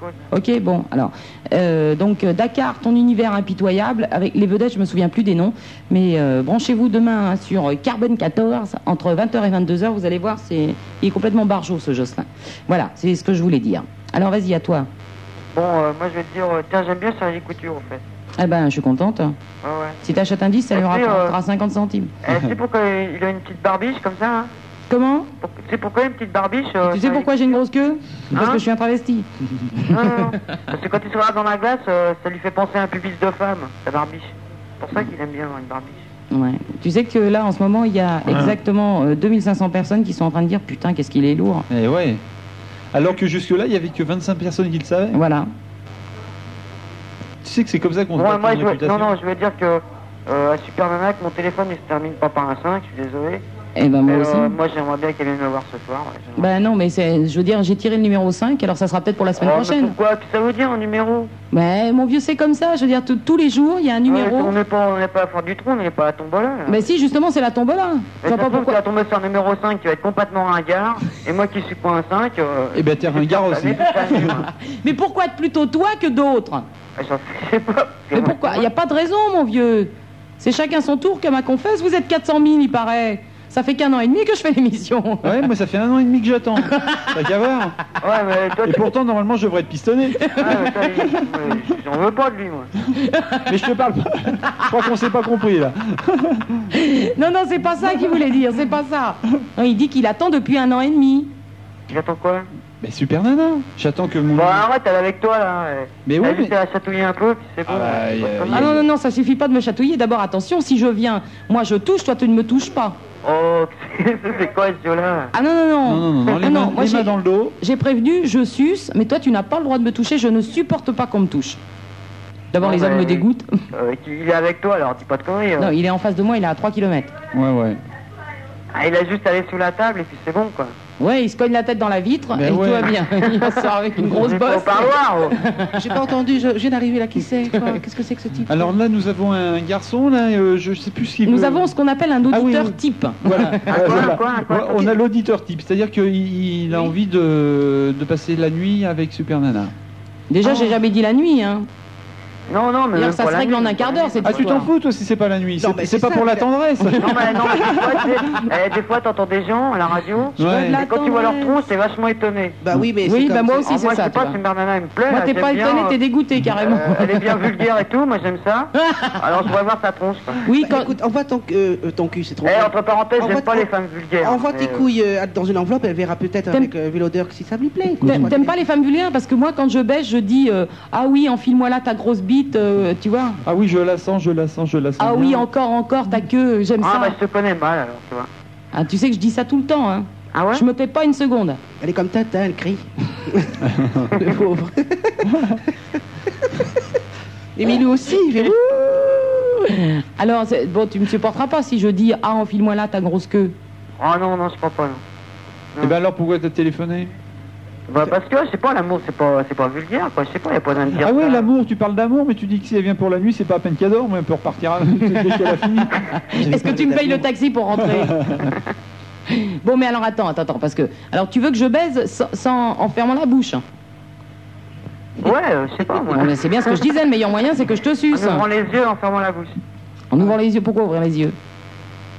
H: compte.
C: Ok, bon, alors. euh, donc, euh, Dakar, ton univers impitoyable, avec les vedettes, je me souviens plus des noms, mais euh, branchez-vous demain hein, sur Carbone 14, entre 20h et 22h, vous allez voir, c'est il est complètement barjot ce Jocelyn. Voilà, c'est ce que je voulais dire. Alors, vas-y, à toi.
H: Bon, euh, moi je vais te dire, euh, tiens, j'aime bien ça, les coutures en fait.
C: Eh ben, je suis contente.
H: Ah ouais.
C: Si t'achètes un 10, ça lui
H: Et puis, euh,
C: rapportera 50 centimes.
H: Eh, tu sais pourquoi il a une petite barbiche comme ça hein
C: Comment
H: Pour- Tu sais pourquoi une petite barbiche euh,
C: Tu sais
H: ça-
C: pourquoi j'ai une grosse queue Parce
H: Hein
C: que je suis un travesti.
H: Non, non, non. Parce que quand il se regarde dans la glace, euh, ça lui fait penser à un pubis de femme, la barbiche. C'est pour ça qu'il aime bien avoir une barbiche.
C: Ouais. Tu sais que là, en ce moment, il y a exactement euh, 2500 personnes qui sont en train de dire Putain, qu'est-ce qu'il est lourd.
E: Eh ouais. Alors que jusque-là, il y avait que 25 personnes qui le savaient.
C: Voilà.
E: Tu sais que c'est comme ça qu'on se
H: Moi,
E: bat
H: moi,
E: pour une
H: je veux, non,
E: réputation.
H: non, je veux dire que euh, à Super Nanac, mon téléphone il se termine pas par un 5, je suis désolé.
C: Eh ben, moi
H: Et,
C: aussi.
H: euh, moi j'aimerais bien qu'elle vienne me voir ce soir. ouais, j'aimerais-
C: Ben non, mais c'est, je veux dire, j'ai tiré le numéro 5, alors ça sera peut-être pour la semaine
H: Oh, mais
C: prochaine.
H: pourquoi Qu'est-ce que ça veut dire un numéro
C: Ben mon vieux, c'est comme ça. Je veux dire, tout- tous les jours, il y a un
H: Ouais,
C: numéro.
H: On n'est pas, on n'est pas à faire du trou, on n'est pas à tombola. là.
C: Ben si, justement, c'est la tombola. Je
H: Mais
C: vois
H: ça
C: pas
H: se trouve, tu
C: pourquoi.
H: vas tomber sur un numéro 5 qui va être complètement ringard, et moi qui suis pas un 5, euh,
E: Eh ben, t'es ringard aussi.
C: Mais pourquoi être plutôt toi que d'autres Mais pourquoi Il n'y a pas de raison, mon vieux. C'est chacun son tour comme à confesse. Vous êtes 400 000, il paraît. Ça fait qu'un an et demi que je fais l'émission.
E: Ouais, moi ça fait un an et demi que j'attends. T'as qu'à voir.
H: Ouais, mais toi,
E: et pourtant, normalement, je devrais être pistonné.
H: j'en veux pas de lui, moi.
E: Mais je te parle pas. Je crois qu'on s'est pas compris là.
C: Non, non, c'est pas ça qu'il voulait dire. C'est pas ça. Non, il dit qu'il attend depuis un an et demi.
H: j'attends quoi
E: Mais super nana. J'attends que mon.
H: Bon, arrête, elle est avec toi là.
E: Mais
H: oui.
E: ouais,
H: Elle juste à chatouiller un peu, puis c'est bon.
C: Ah non, non, non, ça suffit pas de me chatouiller. D'abord, attention, si je viens, moi je touche, toi tu ne me touches pas.
H: Oh, c'est quoi ce jeu-là
C: Ah non, non, non.
H: Non, non, non, non, les mains- les
C: j'ai-
H: mains dans le dos.
C: J'ai prévenu, je suce, mais toi, tu n'as pas le droit de me toucher, je ne supporte pas qu'on me touche. D'abord,
H: Non,
C: les hommes
H: mais-
C: me dégoûtent.
H: Euh, tu- il est avec toi, alors dis pas de conneries. euh.
C: Non, il est en face de moi, il est à 3 km.
E: Ouais, ouais.
H: Ah, il a juste allé sous la table, et puis c'est bon, quoi.
C: Ouais, il se cogne la tête dans la vitre,
F: Ben
H: Mais
C: et
H: ouais.
C: tout va bien. Il en sort avec une grosse
H: Il est pas
C: bosse.
H: au parloir, oh.
F: J'ai pas entendu, je, je viens d'arriver là, qui c'est quoi Qu'est-ce que c'est que ce type
E: Alors là, nous avons un garçon là. euh, je sais plus ce qu'il.
C: Nous
E: veut.
C: avons ce qu'on appelle
F: Ah
C: un auditeur type.
E: Voilà. Voilà. On a l'auditeur type, c'est-à-dire qu'il il a envie de, de passer la nuit avec Super Nana.
C: Déjà,
F: Oh.
C: j'ai jamais dit la nuit, hein.
H: Non, non,
C: D'ailleurs, ça se règle en un quart d'heure, cette
E: Ah, tu t'en
C: histoire.
E: fous toi si c'est pas la nuit C'est c'est pas pour la tendresse
H: Non, mais non, mais des fois, tu sais, eh, des fois, t'entends des gens à la radio,
E: Je veux de la
H: et quand tu vois leur
C: tendresse.
H: tronche, t'es vachement étonné.
F: Bah oui, mais
C: Oui,
F: c'est
C: bah
F: comme
C: moi
F: ça.
C: aussi, c'est
H: Ah, moi,
C: ça.
H: je sais pas,
C: tu
H: c'est
C: vois.
H: une Bernana, elle me plaît.
C: Moi,
H: là,
C: t'es
H: j'aime
C: pas
H: bien,
C: étonné,
H: euh,
C: t'es dégoûté carrément.
H: euh, elle est bien vulgaire et tout, moi j'aime ça. Alors je voudrais voir sa tronche. quoi. Bah,
C: Oui,
F: quand... Bah écoute, envoie ton, euh, euh, ton cul, c'est trop.
H: Eh,
F: bien.
H: entre parenthèses,
F: Envoie
H: j'aime pas
F: ton-
H: les femmes vulgaires.
F: Envoie
H: mais,
F: tes
H: euh,
F: couilles euh, dans une enveloppe, elle verra peut-être
C: T'aimes-
F: avec euh, Vélodeur si ça lui plaît. écoute,
C: T'a-
F: moi,
C: T'aimes pas les femmes vulgaires parce que moi quand je baisse je dis euh, ah oui enfile-moi là ta grosse bite euh, tu vois
E: Ah oui, je la sens, je la sens, je la sens.
C: ah
E: bien.
C: oui encore encore ta queue euh, j'aime
H: Ah,
C: ça
H: bah je te connais mal alors, tu vois.
C: Ah, tu sais que je dis ça tout le temps hein
H: Ah ouais
C: je me tais pas une seconde
F: Elle est comme Tintin, elle crie. Le pauvre. Et Milou aussi, il fait
C: alors c'est- bon tu me supporteras pas si je dis ah enfile-moi là ta grosse queue
H: Ah non, non, je crois pas, non.
E: Et ben alors pourquoi t'as téléphoné
H: Bah parce que, je sais pas, l'amour c'est pas, c'est pas vulgaire, quoi. Je sais pas, y a pas besoin de dire
E: Ah
H: ça.
E: oui, l'amour, tu parles d'amour, mais tu dis que si elle vient pour la nuit, c'est pas à peine qu'elle dort, mais elle peut repartir à- dès qu'elle a fini.
C: est-ce que tu me payes le taxi pour rentrer bon mais alors attends attends attends parce que alors tu veux que je baise sans, sans- en fermant la bouche
H: Ouais, euh, je sais pas, moi. Ah,
C: Bon, mais c'est bien ce que je disais le meilleur moyen c'est que je te suce
H: En ouvrant les yeux, en fermant la bouche.
C: en ouvrant les yeux pourquoi ouvrir les yeux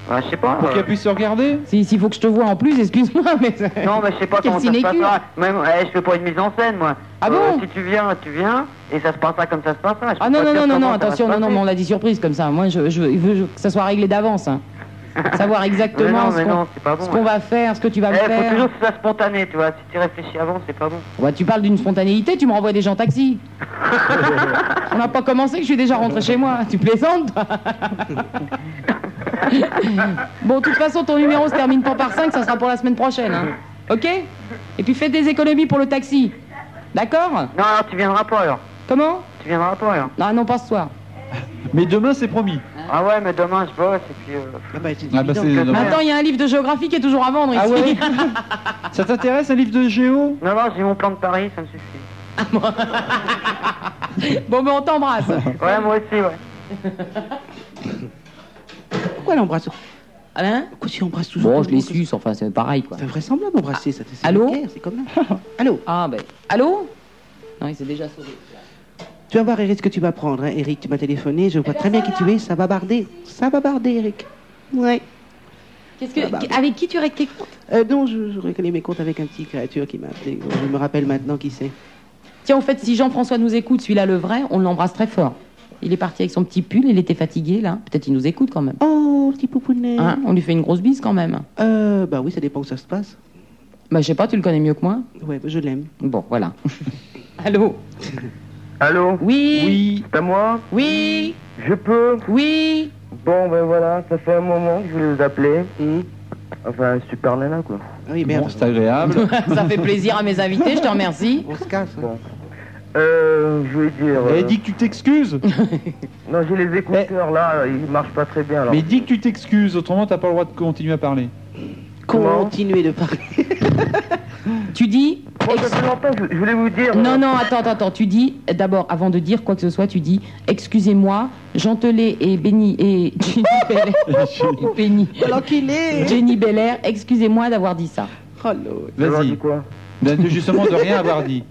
H: Bah, je sais pas.
E: Pour
H: euh,
E: qu'elle puisse se regarder
C: si s'il faut que je te vois en plus excuse-moi mais
H: Non, mais je sais pas
C: Quelle
H: comment ça se
C: sinécure.
H: passera. Même, eh, je fais pas une mise en scène, moi.
C: Ah
H: Euh,
C: bon
H: Si tu viens, tu viens, et ça se passera comme ça se passera. Je
C: Ah
H: peux
C: non,
H: pas
C: non,
H: dire
C: non, non,
H: comment
C: non,
H: ça va
C: attention,
H: se
C: non, non,
H: passer.
C: mais on l'a dit surprise comme ça. Moi, je, je, il veut je- que ça soit réglé d'avance. hein. Savoir exactement
H: Mais non, mais
C: ce qu'on
H: non, c'est pas bon,
C: ce qu'on
H: hein.
C: va faire, ce que tu vas me
H: Eh, faut
C: faire.
H: toujours que ça soit spontané, tu vois. Si tu réfléchis avant, c'est pas bon.
C: Bah, tu parles d'une spontanéité, tu me renvoies déjà en taxi. on n'a pas commencé que je suis déjà rentré chez moi. Tu plaisantes toi Bon, de toute façon, ton numéro se termine pas par 5, ça sera pour la semaine prochaine. hein. Ok Et puis faites des économies pour le taxi. D'accord
H: Non, alors tu viendras pas alors.
C: Comment
L: Tu viendras pas là.
C: Ah non, pas ce soir.
E: Mais demain, c'est promis.
L: Ah ouais, mais demain, je bosse et puis. euh,
E: Ah bah, c'est dommage.
C: Attends, il y a un livre de géographie qui est toujours à vendre ici.
E: Ah ouais Ça t'intéresse un livre de géo
L: Non, non, j'ai mon plan de Paris, ça me suffit.
C: bon, mais on t'embrasse.
L: Ouais, moi aussi, ouais.
F: Pourquoi l'embrasse
C: Alain
F: Pourquoi tu embrasses toujours
C: Bon,
F: tout
C: je
F: le
C: les
F: monde comme
C: suce, enfin, c'est pareil, quoi.
F: ça C'est invraisemblable d'embrasser, ça. c'est
C: Allô
F: la guerre, C'est comme ça. Allô
C: Ah, ben. Allô Non, il s'est déjà sauvé.
F: Tu vas voir, Eric, ce que tu vas prendre. hein. Eric, tu m'as téléphoné, je vois très bien qui tu es, ça va barder. Ça va barder, Eric. Ouais.
C: Qu'est-ce
F: Ah bah,
C: que, avec qui tu restes tes comptes
F: Euh, non, je, je reconnais mes comptes avec un petit créature qui m'a appelé. Donc, Je me rappelle maintenant qui c'est.
C: Tiens, au fait, si Jean-François nous écoute, celui-là, le vrai, on l'embrasse très fort. Il est parti avec son petit pull, il était fatigué, là. Peut-être il nous écoute quand même.
F: Oh, petit poupounet.
C: Hein, on lui fait une grosse bise quand même.
F: Euh, bah oui, ça dépend où ça se passe.
C: Bah, je sais pas, tu le connais mieux que moi
F: Ouais, bah, je l'aime.
C: Bon, voilà. Allô
I: Allô
C: Oui
I: Oui. C'est à moi
C: Oui
I: Je peux
C: Oui
I: Bon, ben voilà, ça fait un moment que je voulais vous appeler.
F: Hum.
I: Enfin, super nana, quoi.
F: Ah Oui, merde.
E: Bon, c'est agréable.
C: Ça fait plaisir à mes invités, je te remercie.
F: On se casse. hein.
I: Euh, je voulais dire...
E: Eh,
I: euh,
E: dis que tu t'excuses
I: Non, j'ai les écouteurs, là, ils marchent pas très bien, alors.
E: Mais dis que tu t'excuses, autrement t'as pas le droit de continuer à parler.
I: Comment
F: Continuez de parler.
C: Tu dis
I: Moi, Oh, ça fait longtemps, je, je voulais vous dire... euh,
C: Non, non, attends, attends, attends. Tu dis, d'abord, avant de dire quoi que ce soit, tu dis, excusez-moi, Gentelet et Benny et Jenny Belair. et Benny.
F: L'enculé
C: Jenny Belair, excusez-moi d'avoir dit ça.
F: Oh, Lord.
I: Je leur dis
E: Vas-y.
I: quoi
E: Ben, justement, de rien avoir dit.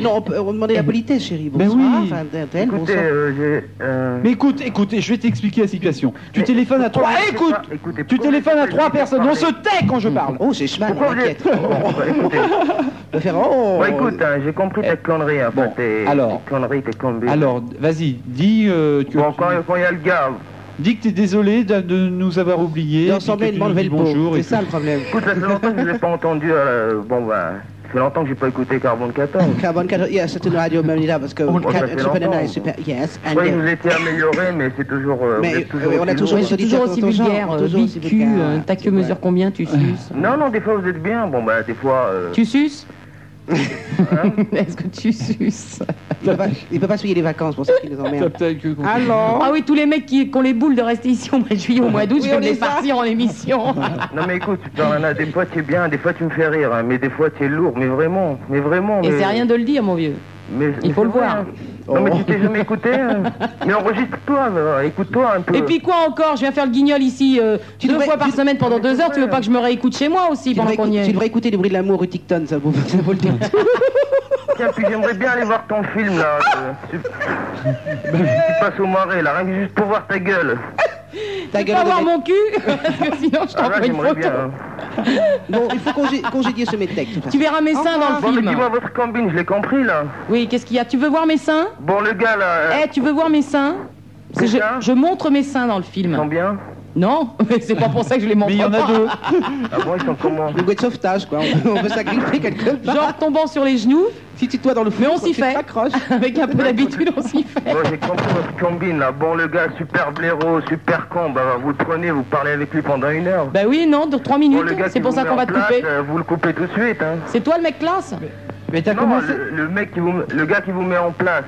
F: Non, on, peut, on demandait la politesse, chérie.
E: Ben
F: Bonsoir.
E: oui.
F: un tel, tel,
I: Écoutez,
F: bonsoir.
I: euh, j'ai... euh,
E: Mais écoute, écoute, je vais t'expliquer la situation. Tu téléphones à trois.
I: pourquoi vous
E: Écoute,
I: laissez pas- écoutez,
E: Tu
I: pourquoi
E: téléphones
I: vous
E: à
I: laissez
E: trois
I: pas
E: personnes. On
I: parler
E: se tait quand je parle.
F: Oh, j'ai cheval,
I: Pourquoi vous êtes...
F: t'inquiète.
I: Bon, bah, écoutez,
F: De faire oh
I: bah, écoute, hein, j'ai compris ta connerie, hein,
E: Eh, Bon,
I: tes,
E: alors.
I: tes conneries, tes conneries.
E: Alors, vas-y, dis euh, que
I: Bon,
E: tu-
I: quand quand il y a le gars,
E: dis que t'es désolé de, de nous avoir oubliés.
F: Et ensemble,
E: puis que
F: il
E: tu
F: m'a
E: nous
F: enlevé
E: dis
F: le pot.
E: bonjour et
F: C'est ça le problème.
I: écoute, ça fait longtemps que je l'ai pas entendu, euh, bon, bah, ça fait longtemps que j'ai pas écouté Carbone 14.
F: Carbon 14, yes, c'est une radio Manila parce que
I: Oh,
F: cat-
I: ça fait
F: entrepreneur
I: longtemps.
F: est super. Yes,
E: Eh,
F: and
I: Je croyais que vous étiez amélioré, mais c'est toujours... euh, vous
F: Mais
I: êtes
F: euh, on a
I: aussi
F: toujours
I: lourd.
C: Ouais, c'est toujours aussi vulgaire, euh,
F: Toujours aussi
C: bite, cul,
F: vulgaire,
C: euh,
F: ouais.
C: t'as que
F: Ouais.
C: mesure combien, tu suces
I: Non, non, des fois vous êtes bien. Bon, bah, des fois. euh,
C: Tu suces
I: hein.
C: Est-ce que tu suces
F: Il peut pas- il peut pas se payer les vacances pour ça qu'il les
E: T'as
F: emmerde.
E: peut-être que-
F: Alors
C: Ah oui, tous les mecs qui, qui ont les boules de rester ici au mois de juillet, au mois d'août,
F: Oh. Oui,
C: je
F: on
C: vais les
F: les a.
C: partir en émission.
I: Non, mais écoute, super nana, des fois tu es bien, des fois tu me fais rire, hein, mais des fois tu es lourd, mais vraiment, mais vraiment.
C: Et
I: mais-
C: c'est rien de le dire, mon vieux.
I: mais-
C: il
I: mais
C: faut le
I: c'est vrai,
C: voir.
I: hein. Non, mais tu t'es jamais écouté. hein. Mais enregistre-toi, mais, euh, écoute-toi un peu.
C: Et puis quoi encore Je viens faire le guignol ici euh, deux
F: devrais-
C: fois par
F: tu- Ah,
C: semaine pendant deux heures. Tu veux pas que je me réécoute chez moi aussi
F: Tu
C: pendant
F: devrais,
C: qu'on y
F: écou- tu
C: est
F: devrais écouter les bruits de l'amour Uticton, ça vaut, ça vaut le temps.
I: Tiens, puis j'aimerais bien aller voir ton film, là. euh, tu...
C: Ben,
I: tu passes au marais, là, rien que juste pour voir ta gueule.
F: Ta
C: Pas
F: de
C: voir
F: mec.
C: mon cul Parce que sinon je
I: Ah,
C: t'envoie
I: là,
C: une
I: j'aimerais
C: photo.
I: bien. hein.
F: Bon, il faut congé- congédier ce métèque. de toute façon.
C: Tu verras mes
F: Ah,
C: seins dans
I: Bon,
C: le
I: mais dis-moi
C: film.
I: votre combine, je l'ai compris, là.
C: Oui, qu'est-ce qu'il y a Tu veux voir mes seins
I: Bon, le gars, là,
C: Eh,
I: euh,
C: tu veux voir mes seins Parce que je,
I: Déjà
C: je montre mes seins dans le
I: ils sont
C: film.
I: bien
C: Non, mais c'est pas pour ça que je les montre.
E: Mais il y en a
C: pas.
E: deux.
I: Ah bon, ils sont comment
F: Le bruit de sauvetage, quoi. On, on veut sacrifier quelque part.
C: Genre tombant sur les genoux,
F: si tu te vois dans le feu,
C: on s'y
F: tu
C: fait.
F: t'accroches.
C: avec un peu d'habitude, on s'y fait.
I: Bon, j'ai compris votre combine là. Bon, le gars, super blaireau, super con, bah, vous le prenez, vous parlez avec lui pendant une heure.
C: Bah oui, non, dans trois
I: Bon,
C: minutes,
I: le gars
C: c'est
I: qui
C: pour
I: vous
C: ça
I: met
C: qu'on
I: en
C: va te
I: place,
C: couper.
I: euh, vous le coupez tout de suite, hein.
C: C'est toi le mec classe
E: Mais t'as
I: Non,
E: commencé.
I: le, le mec qui vous, le gars qui vous met en place.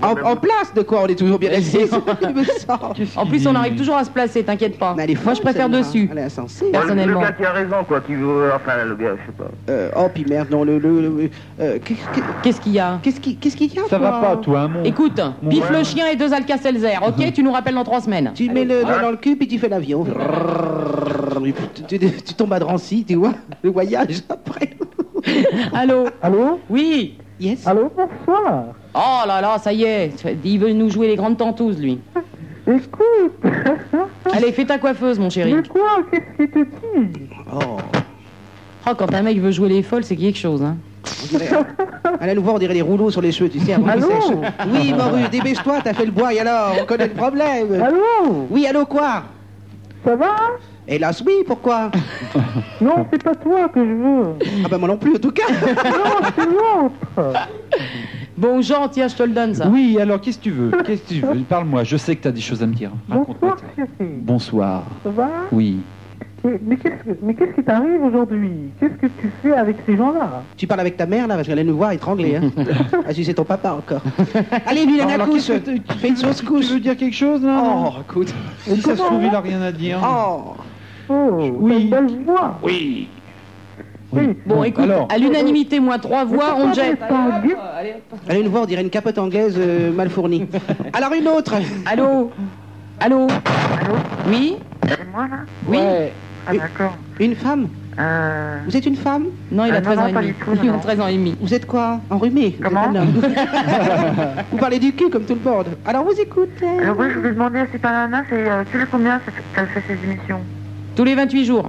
C: Ah,
F: En, en place de quoi On est toujours bien assis. Il me semble.
C: En plus, on arrive toujours à se placer, t'inquiète pas.
F: Mais elle est
C: Moi, je
F: folle,
C: préfère
F: celle-là. hein.
C: dessus. Bah,
F: Elle est insensée.
I: Bon, le-
C: Personnellement.
I: le gars qui a raison, quoi, qui veut, enfin, le gars, je sais pas.
F: Euh, oh, puis merde, non, le. le, le- euh, qu'est- qu'est-
C: Qu'est-ce qu'il y a
F: Qu'est-ce qui- qu'est-ce qu'il y a
E: Ça va
F: toi
E: pas, toi, hein, mon.
C: Écoute,
E: Mon
C: pif
E: rêve.
C: le chien et deux Alka-Seltzer, ok Tu nous rappelles dans trois semaines.
F: Tu mets le doigt dans le cul puis tu fais l'avion. Tu, tu- tu tombes à Drancy, tu vois, le voyage après.
C: Allô
M: Allô
C: Oui
F: Yes.
M: Allô, bonsoir.
C: Oh là là, ça y est, il veut nous jouer les grandes tentouses, lui.
M: Écoute,
C: Allez, fais ta coiffeuse, mon chéri.
M: mais quoi Qu'est-ce qui te tue
F: Oh,
C: Oh, quand un mec veut jouer les folles, c'est quelque chose, hein.
F: on dirait, à la Louvois, on dirait les rouleaux sur les cheveux, tu sais, avant qu'ils
M: Allô
F: sèchent. Oui, Moru, dépêche-toi, t'as fait le bois et alors, on connaît le problème.
M: Allô
F: Oui, allô, quoi
M: Ça va
H: hein
F: Hélas, oui, pourquoi
M: Non, c'est pas toi que je veux.
F: Ah ben moi non plus, en tout cas.
M: Non, c'est l'autre.
C: Bon, Jean, tiens, je te le donne, ça.
E: Oui, alors qu'est-ce que tu veux Qu'est-ce que tu veux Parle-moi. Je sais que t'as des choses à me dire. Raconte-moi.
M: Bonsoir, chérie.
E: Bonsoir.
M: Ça va
E: Oui.
H: Mais- Mais qu'est-ce que- mais qu'est-ce qui t'arrive aujourd'hui Qu'est-ce que tu fais avec ces gens-là
F: Tu parles avec ta mère là, parce qu'elle allait nous voir étrangler. Hein. ah, si c'est ton papa encore. Allez, lui, la
E: Alors,
F: couche.
E: qu'est-ce que
F: Tu fais une sauce couche. Tu veux
E: dire quelque chose là
F: Oh, écoute.
E: Si ça se trouve, il a rien à dire.
F: Oh.
H: Oh, oui. une belle voix.
E: Oui.
C: Bon, écoute,
E: Alors.
C: à l'unanimité, moins trois voix, on jette.
F: Allez nous voir, on dirait une capote anglaise euh, mal fournie. Alors une autre.
C: Allô Allô Oui
K: C'est moi là
C: Oui
K: Ah d'accord.
F: Une femme
K: Euh...
F: Vous êtes une femme
C: Non, il a
K: Ah,
C: 13
K: non,
C: ans
K: non,
C: et
K: pas
C: demi.
K: du tout, non,
C: Il a
K: non.
C: 13 ans et demi.
F: Vous êtes quoi Enrhumé Vous êtes
K: Comment
F: un homme. Vous parlez du cul comme tout le monde. Alors vous écoutez.
K: Alors oui, je voulais demander à ces nana, c'est euh, tous les combien ça fait- qu'elle fait ses émissions
C: Tous les 28 jours.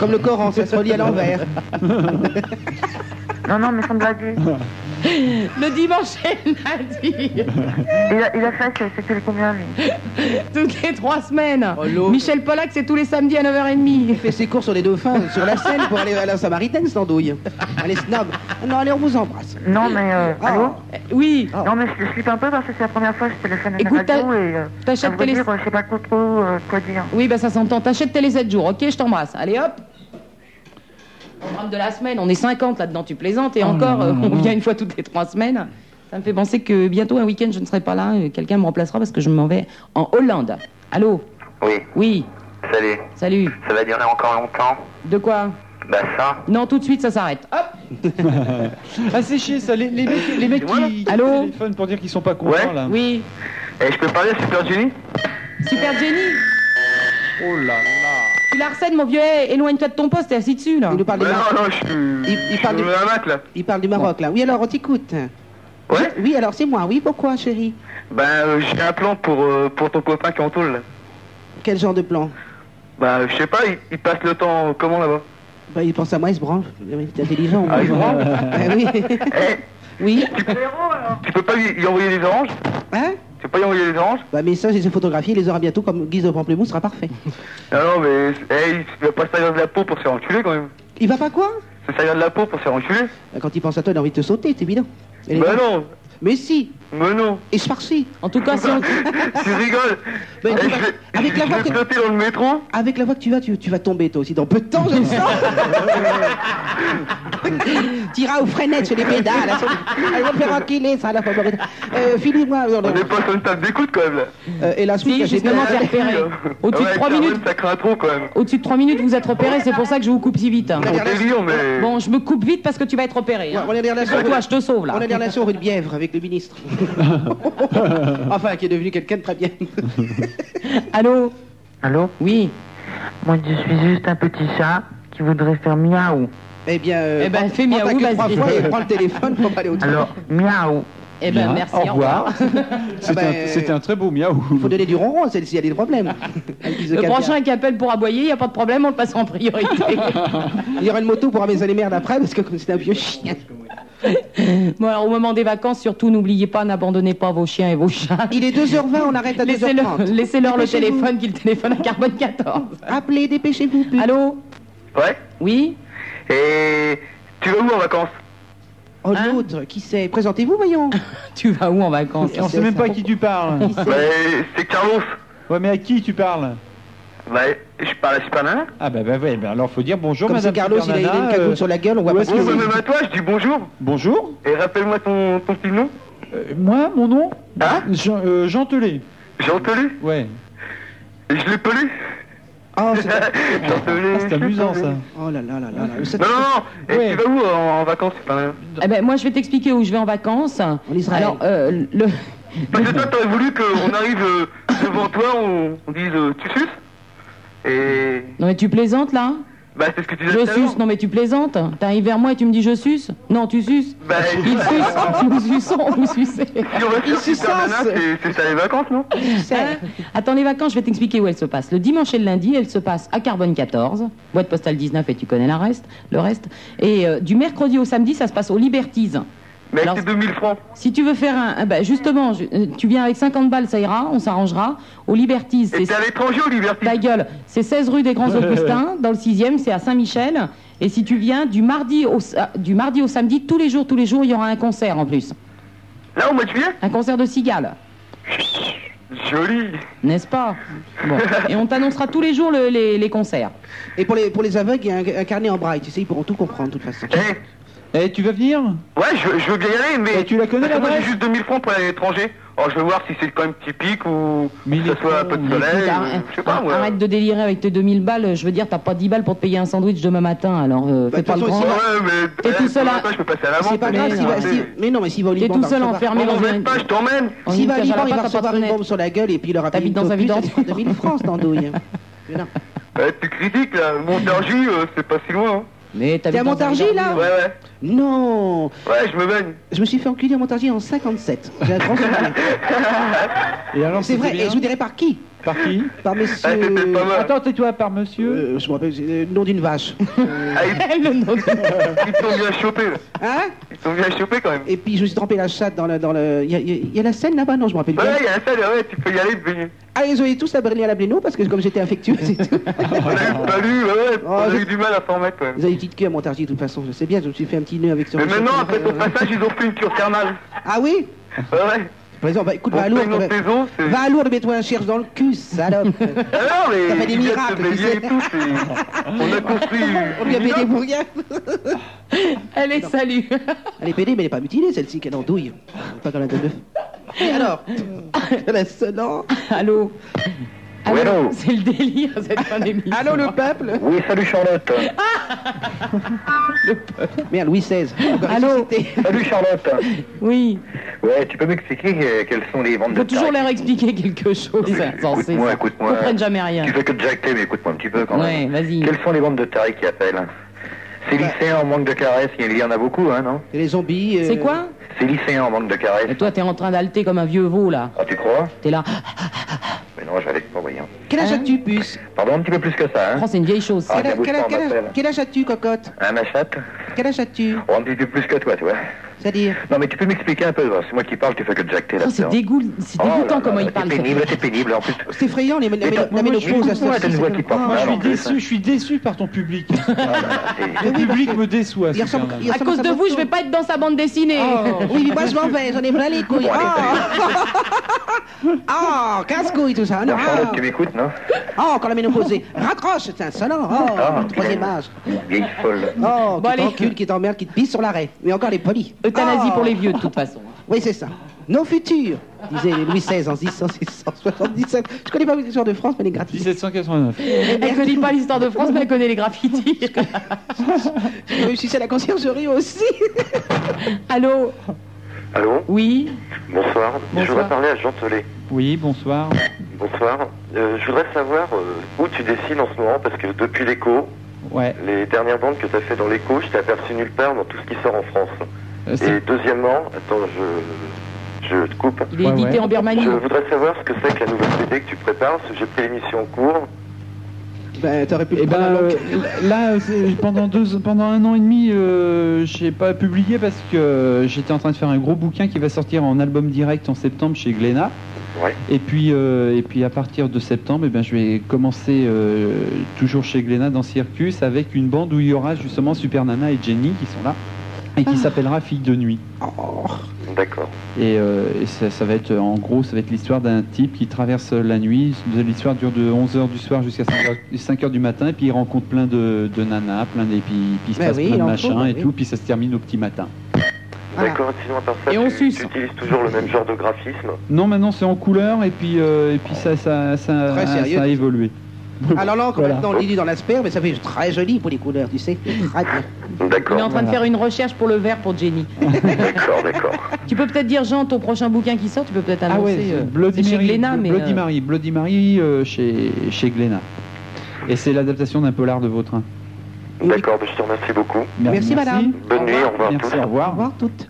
F: Comme le Coran, ça se relie à l'envers.
K: Non, non, mais sans blaguer.
C: Le dimanche et le lundi.
K: Il a, il a fait, c'est- c'est tous les combien lui
C: Toutes les trois semaines. Michel Pollack, c'est tous les samedis à 9h30.
F: Il fait ses courses sur les dauphins, sur la Seine pour aller à la Samaritaine, sans douille. Allez, snob. Non, allez, on vous embrasse.
K: Non, mais euh,
F: Ah.
K: allô
C: Eh, Oui.
K: Non, mais je, je flippe un peu parce que c'est la première fois que je téléphone à la
C: Écoute,
K: radio
C: t'as-
K: et euh,
C: t'achètes
K: à vrai
C: télé-
K: dire, euh, je sais pas trop trop, euh, quoi dire.
C: Oui, bah ça s'entend. T'achètes télé 7 jours, ok Je t'embrasse. Allez hop Programme de la semaine, on est 50 là-dedans, tu plaisantes, et encore,
N: là
C: euh,
N: là
C: on
N: là.
C: vient une fois toutes les trois semaines. Ça me fait penser que bientôt, un week-end, je ne serai pas là, euh, quelqu'un me remplacera parce que je m'en vais en Hollande. Allô
G: Oui,
C: Oui,
G: salut.
C: salut.
G: Ça va durer encore longtemps
C: De quoi
G: Bah ça.
C: Non, tout de suite, ça s'arrête. Hop
E: Ah, c'est chier ça, les, les mecs, les mecs qui, qui
C: Allô
E: téléphonent pour dire qu'ils sont pas contents
G: Ouais.
E: là.
C: Oui.
I: Eh,
G: Et je peux parler à Super Jimmy
C: Super Jenny
E: Oh là là.
C: Tu l'arsènes, mon vieux, Hey, éloigne-toi de ton poste, t'es assis dessus, là.
F: Ah, Il nous parle du
G: Ouais,
F: Maroc.
G: Non, non, je suis.
F: Il- il
G: je
F: parle
G: suis
F: du-
G: un Mac là.
F: Il parle du Maroc, là. Oui, alors, on t'écoute.
G: Ouais
F: Oui, alors, c'est moi. Oui, pourquoi, chérie
G: Bah euh, j'ai un plan pour, euh, pour ton copain qui est en tôle là.
F: Quel genre de plan
G: Bah euh, je sais pas, il, il passe le temps euh, comment là-bas
F: Bah, il pense à moi, il se branle. Oui, T'es intelligent.
G: Ah, il se branle
F: Ah, oui. oui.
G: Eh, Tu peux pas lui, lui envoyer des oranges
F: Hein
G: Tu peux pas lui envoyer des oranges
F: Bah, mais ça, je les ai photographiés, il les aura bientôt comme guise de pamplemousse, sera parfait.
G: Non, non, mais eh, il va pas se servir de la peau pour se faire enculer quand même.
F: Il va pas quoi
G: Se servir de la peau pour se faire enculer
F: Bah, Quand il pense à toi, il a envie de te sauter, c'est évident. Elle est
G: Bah
F: là.
G: non
F: Mais si
G: Mais non
F: Et je farcis
C: En tout cas, si on...
G: Tu rigoles
F: Bah,
G: Eh,
F: écoute,
G: Je vais,
F: avec la
G: je
F: voix
G: vais
F: que-
G: flotter dans le métro
F: Avec la voix que tu vas, tu, tu vas tomber toi aussi. Dans peu de temps, je le sens. T'iras aux freinettes chez les pédales. Elles, sont- elles vont te faire enculer, ça, la favorite. Euh, Finis-moi. euh,
G: On est pas sur une table d'écoute quand même là Eh,
F: euh, et la
C: Si,
F: suite, j'ai
C: justement, c'est
F: bien-
C: repéré. Au-dessus de
G: Ouais,
C: trois
G: Cameron,
C: minutes.
G: Ça craint trop quand même
C: Au-dessus de 3 minutes, vous êtes repéré, c'est pour ça que je vous coupe si vite.
G: On délire mais...
C: Bon, je me coupe vite parce que tu vas être repéré. hein.
F: On a des relations.
C: Toi, je te sauve, là.
F: On a des relations rue de Bièvre avec le ministre. enfin, qui est devenu quelqu'un de très bien.
C: Allô
K: Allô
C: Oui.
K: Moi, je suis juste un petit chat qui voudrait faire miaou.
F: eh bien, euh,
C: Eh ben,
F: prends-
C: fais
F: prends
C: miaou,
F: ta queue
C: vas-y.
F: trois fois et prends le téléphone pour aller au travail.
K: Alors, miaou.
C: Eh ben,
N: Bien,
E: Ah.
C: merci.
N: Au revoir. C'était
F: Ah
N: un,
F: ben,
N: c'était un très beau miaou.
F: Faut donner du ronron à celle-ci, elle a des problèmes. Elle pisse de
C: Le
F: caviar.
C: prochain qui appelle pour aboyer, il n'y a pas de problème, on le passe en priorité.
F: Il y aura une moto pour ramener les mères d'après parce que comme c'est un vieux chien.
C: bon, alors, au moment des vacances, surtout, n'oubliez pas, n'abandonnez pas vos chiens et vos chats.
F: Il est 2h20, on arrête à
C: Laissez-le-
F: 2h30.
C: Laissez-leur le
F: Dépêchez-vous.
C: téléphone qu'il téléphone à Carbone 14.
F: Appelez, dépêchez-vous. pute.
C: Allô
G: Ouais
C: Oui
G: Et... Tu vas où en vacances
F: Oh, l'autre, qui c'est Présentez-vous, voyons.
C: Tu vas où en vacances
E: Et on sait même pas à qui tu parles.
G: Bah c'est Carlos
E: Ouais, mais à qui tu parles
G: Bah je parle à Super Nana
E: Ah bah, bah ouais, bah, alors faut dire bonjour
F: Comme c'est
E: madame
F: Carlos, il a, il a une
E: Supernana,
F: cagoule
E: euh,
F: sur la gueule, on voit
E: où
F: pas
E: est-ce
F: qui
E: que
G: Ou
E: vous-
F: c'est.
G: même à toi, je dis bonjour
E: Bonjour.
G: Et rappelle-moi ton, ton petit nom
E: Euh, moi, mon nom
G: Hein
E: Jean, euh, Jean Telet.
G: J'ai entendu
E: Ouais.
G: Je l'ai pelu
F: Oh, c'est-
G: Jean Telet,
E: Ah, C'est amusant
G: Jean Telet.
E: ça.
F: oh là là là là. là. Ça-
G: Non, non, non Et
E: Ouais.
G: tu vas où en, en vacances Super Nana
C: Eh ben, moi, je vais t'expliquer où je vais en vacances.
F: En Israël.
C: Alors, euh, le...
G: Parce que toi, t'aurais voulu qu'on arrive euh, devant toi, on, on dise euh, tu suces Et.
C: Non, mais tu plaisantes, là
G: Bah, c'est ce que tu disais
C: Je
G: tout à l'heure.
C: suce, non mais tu plaisantes T'arrives vers moi et tu me dis je suce Non, tu suces
G: Bah,
C: Il suce, nous suçons, vous sucez
G: si on va sur
F: suce
G: Super
F: ça,
G: Nana,
F: c'est-
G: c'est- c'est ça les vacances, non
C: Hein Attends, les vacances, je vais t'expliquer où elles se passent. Le dimanche et le lundi, elles se passent à Carbone 14, boîte postale 19, et tu connais la reste, le reste. Et euh, du mercredi au samedi, ça se passe au Liberties.
G: Mais
C: Alors-
G: c'est 2000 francs.
C: Si tu veux faire un... ah, bah, justement, je- euh, tu viens avec 50 balles, ça ira, on s'arrangera. Au Liberties,
G: Et
C: c'est...
G: t'es à l'étranger au Liberty
C: Ta gueule, c'est 16 rue des Grands Augustins, dans le 6e, c'est à Saint-Michel. Et si tu viens du mardi, au, sa- du mardi au samedi, tous les jours, tous les jours, il y aura un concert en plus.
G: Là, au mois de juillet
C: Un concert de cigales.
G: Joli
C: N'est-ce pas Bon. Et on t'annoncera tous les jours le- les, les concerts.
F: Et pour les, pour les aveugles, il y a un, un carnet en braille, tu sais, ils pourront tout comprendre de toute façon.
E: Eh, tu vas venir
G: Ouais, je, je veux bien y aller, mais.
E: tu la connais,
G: Parce que Moi, j'ai
E: l'adresse
G: juste 2000 francs pour aller à l'étranger. Alors, je vais voir si c'est quand même typique ou. que ça soit un peu de soleil.
C: Écoute,
G: ou-
C: arrête,
G: Je sais pas, moi.
C: arrête de délirer avec tes 2000 balles. Je veux dire, t'as pas 10 balles pour te payer un sandwich demain matin, alors euh,
G: Bah,
C: fais pas le grand.
G: Ouais, mais.
C: T'es tout seul à-
G: Après, je peux passer à l'avant.
C: C'est pas grave,
G: hein, mais-
C: s'il va- si-
F: Mais non, mais s'il va au
C: T'es
F: Liban.
C: tout
F: t'as-
C: seul
F: t'as pas-
C: enfermé dans une-
G: pas, je t'emmène.
F: S'il va au
C: On ne
F: Liban, il va
C: cachera pas
F: recevoir
C: ta
F: une bombe sur la gueule et puis il aura payé
C: T'habites dans un
F: autobus, ça lui fera 2000 francs, cette andouille.
G: Ouais, Euh, tu critiques, là. Montargis, euh, c'est pas si loin. hein.
C: Mais
F: T'es à Montargis, là
G: Ouais, ouais.
F: Non
G: Ouais, je me baigne.
F: Je me suis fait enculer à Montargis en 57. J'ai un grand souvenir.
G: Ah,
E: Et alors,
F: C'est
E: c'était
F: vrai,
E: bien
F: et je vous dirai par qui
E: Par qui
G: Ah,
F: Par monsieur...
E: Attends, tais-toi, par monsieur.
F: Euh, je me rappelle, c'est le nom d'une vache.
G: Ils t'ont bien chopé, là.
F: Hein
G: Ils t'ont bien chopé, quand même.
F: Et puis je me suis trempé la chatte dans le. Dans le... Il, y a, il y a- il y a la scène là-bas Non, je me rappelle
G: Ouais,
F: pas.
G: il y a la salle, ouais, tu peux y aller, te baigner.
F: Allez, soyez tous à Berlin à la Bléno parce que comme j'étais infectieux, c'est tout.
G: Ah,
C: Ah,
G: Pas lu, ouais, ouais. on a
F: je-
G: eu du mal à s'en remettre, quand même.
F: Vous avez une petite queue à Montargis de toute façon, je sais bien, je me suis fait un petit nœud avec ce.
G: Mais maintenant, après ton passage, ils ont fait une cure thermale.
F: Ah oui
G: Ouais, ouais.
F: Par exemple, bah, écoute,
G: On
F: va à Lourdes.
G: fait une
F: va-
G: saison, c'est-
F: Va à Lourdes, mets-toi un cherche dans le cul, salope.
G: Ah non, mais
F: Ça fait des
G: ils viennent
F: miracles, tu
G: se baigner
F: sais.
G: et tout, c'est- On a construit.
F: On lui a
G: une
F: pédé
G: immeuble.
F: pour rien.
C: Elle est salue.
F: Elle est pédée, mais elle n'est pas mutilée, celle-ci, qu'elle endouille. Pas comme la de neuf. Et alors Elle est sonnante.
C: Allô
I: Oui, allô
C: C'est le délire, cette fin d'émission.
F: Allô, le peuple
I: Oui, salut Charlotte.
F: Merde, Louis XVI. encore
C: Allô
F: ressuscité.
I: salut Charlotte.
C: Oui.
I: Ouais, tu peux m'expliquer euh, quelles sont les ventes de
C: Faut toujours
I: tarifs
C: leur expliquer quelque chose. insensé,
I: Écoute-moi,
C: ça.
I: écoute-moi.
C: Ils comprennent jamais rien.
I: Tu fais que te jacter, mais écoute-moi un petit peu quand
C: Ouais,
I: même.
C: vas-y.
I: Quelles sont les ventes de tarifs qui appellent Ces lycéens en manque de caresses, il y en a beaucoup, hein, non
F: Et les zombies. euh,
C: C'est quoi
I: Ces lycéens en manque de caresses.
C: Et toi, t'es en train d'alter comme un vieux veau, là.
I: Ah, tu crois
C: T'es là. Ah,
I: Mais non, j'avais pas, voyons.
F: Quel
C: Hein
F: âge as-tu, puce
I: Pardon, un petit peu plus que ça, hein
C: Oh, c'est une vieille chose. ça.
I: Ah,
F: Quel âge-
I: t'as
F: quel âge-
I: bouge pas,
F: quel
I: on
F: âge-
I: m'appelle.
F: Quel âge as-tu, cocotte
I: Hein, ma chatte
F: Quel âge as-tu
I: Oh, Un petit peu plus que toi, tu vois.
F: C'est-à-dire
I: Non, mais tu peux m'expliquer un peu, parce que c'est moi qui parle, tu fais que te jacter
C: Oh, c'est
I: là-dedans.
C: dégoût- c'est
I: Oh là
C: dégoûtant
I: là
C: comment
I: là,
C: ils parlent.
I: C'est pénible, c'est pénible, en plus.
F: C'est effrayant, les, la,
I: Mais
F: mélo-
I: t'as-
F: la
I: moi, je
F: ménopause à
I: comprends, t'as une voix qui porte
E: Moi, Ah, je
I: mal,
E: suis
I: en plus.
E: déçu, je suis déçu par ton public.
I: C'est-
E: Le public me déçoit.
F: Il ressemble-
E: Superman.
F: il
C: À
F: ressemble
C: cause
F: sa
C: de vous,
F: photo.
C: je vais pas Oh. être dans sa bande dessinée.
E: Oh.
F: Oui, mais moi je m'en vais, j'en ai plein les couilles.
I: Bon, allez,
F: Ah, ah casse-couilles tout ça. Non,
I: Non, Charlotte, tu
F: ah,
I: m'écoutes, non
F: Ah, encore la ménopausée. Raccroche, c'est insolent. Oh,
I: Ah,
F: troisième
I: putain.
F: âge.
I: Vieille folle.
F: Oh, qui
C: allez.
F: t'encule, qui t'emmerde, qui te pisse sur l'arrêt. Mais encore les polis.
C: Euthanasie
F: Ah.
C: pour les vieux, de toute façon.
E: Oh.
F: Oui, c'est ça. Nos futurs, disait Louis XVI en 1677. Je connais pas l'histoire de France, mais les gratuits.
E: 1789.
C: Elle connaît pas l'histoire de France, mais elle connaît les graffitis.
F: Je réussissais à la conciergerie aussi.
C: Allô
G: Allô
C: Oui
G: Bonsoir.
C: Bonsoir. voudrais
G: parler à Jean Telet.
E: Oui, bonsoir.
G: Bonsoir. Euh, je voudrais savoir où tu dessines en ce moment, parce que depuis l'écho,
E: Ouais.
G: Les dernières bandes que tu as fait dans l'écho, je t'ai aperçu nulle part dans tout ce qui sort en France.
E: Euh, c'est-
G: Et deuxièmement, attends, je, je te coupe.
C: Il est
E: Ouais,
C: édité
E: ouais.
C: en Birmanie.
G: Je voudrais savoir ce que c'est que la nouvelle CD que tu prépares, parce que j'ai pris l'émission en cours.
F: Ben, t'aurais pu le
E: Eh ben
F: prendre en
E: euh,
F: loc.
E: là, euh, c'est- pendant deux, pendant un an et demi, euh, j'ai pas publié parce que euh, j'étais en train de faire un gros bouquin qui va sortir en album direct en septembre chez Glénat.
G: Ouais.
E: Et puis euh, et puis à partir de septembre, eh ben je vais commencer euh, toujours chez Glénat dans Circus avec une bande où il y aura justement Super Nana et Jenny qui sont là et qui s'appellera Fille de nuit.
G: D'accord.
E: Et, euh, et ça, ça va être euh, en gros, ça va être l'histoire d'un type qui traverse euh, la nuit. L'histoire dure de 11h du soir jusqu'à 5h du matin. Et puis il rencontre plein de, de nanas, plein des, puis, puis il se
F: Mais
E: passe
F: Bah oui,
E: plein
F: il
E: de
F: en
E: machins
F: faut,
E: et
F: oui.
E: tout. Puis ça se termine au petit matin.
F: Voilà.
G: D'accord, et sinon à part ça,
C: Et
G: tu,
C: on suce.
G: tu utilises toujours le même genre de graphisme.
E: Non, maintenant c'est en couleur et puis, euh, et puis ça, ça, ça,
F: Très
E: ça
F: sérieux.
E: a évolué.
F: Alors là, encore
E: Voilà.
F: maintenant, on les lit dans l'aspect, mais ça fait très joli pour les couleurs, tu sais. Ah, Très bien.
C: Il est en
G: D'accord,
C: train de
E: Voilà.
C: faire une recherche pour le verre pour Jenny.
G: d'accord, d'accord.
C: tu peux peut-être dire, Jean, ton prochain bouquin qui sort, tu peux peut-être annoncer.
E: Ah c'est
C: euh,
E: Bloody
C: c'est chez
E: Mary,
C: Glénat, mais.
E: Bloody
C: euh,
E: Mary, Bloody Mary euh, chez, chez Glénat. Et c'est l'adaptation d'un polar de Vautrin.
G: D'accord, ben, je te remercie beaucoup.
E: Mer-
F: Merci, madame.
G: Bonne
H: Ah
G: nuit, au revoir à tous.
E: Merci, au
F: Au
E: revoir.
F: revoir toutes.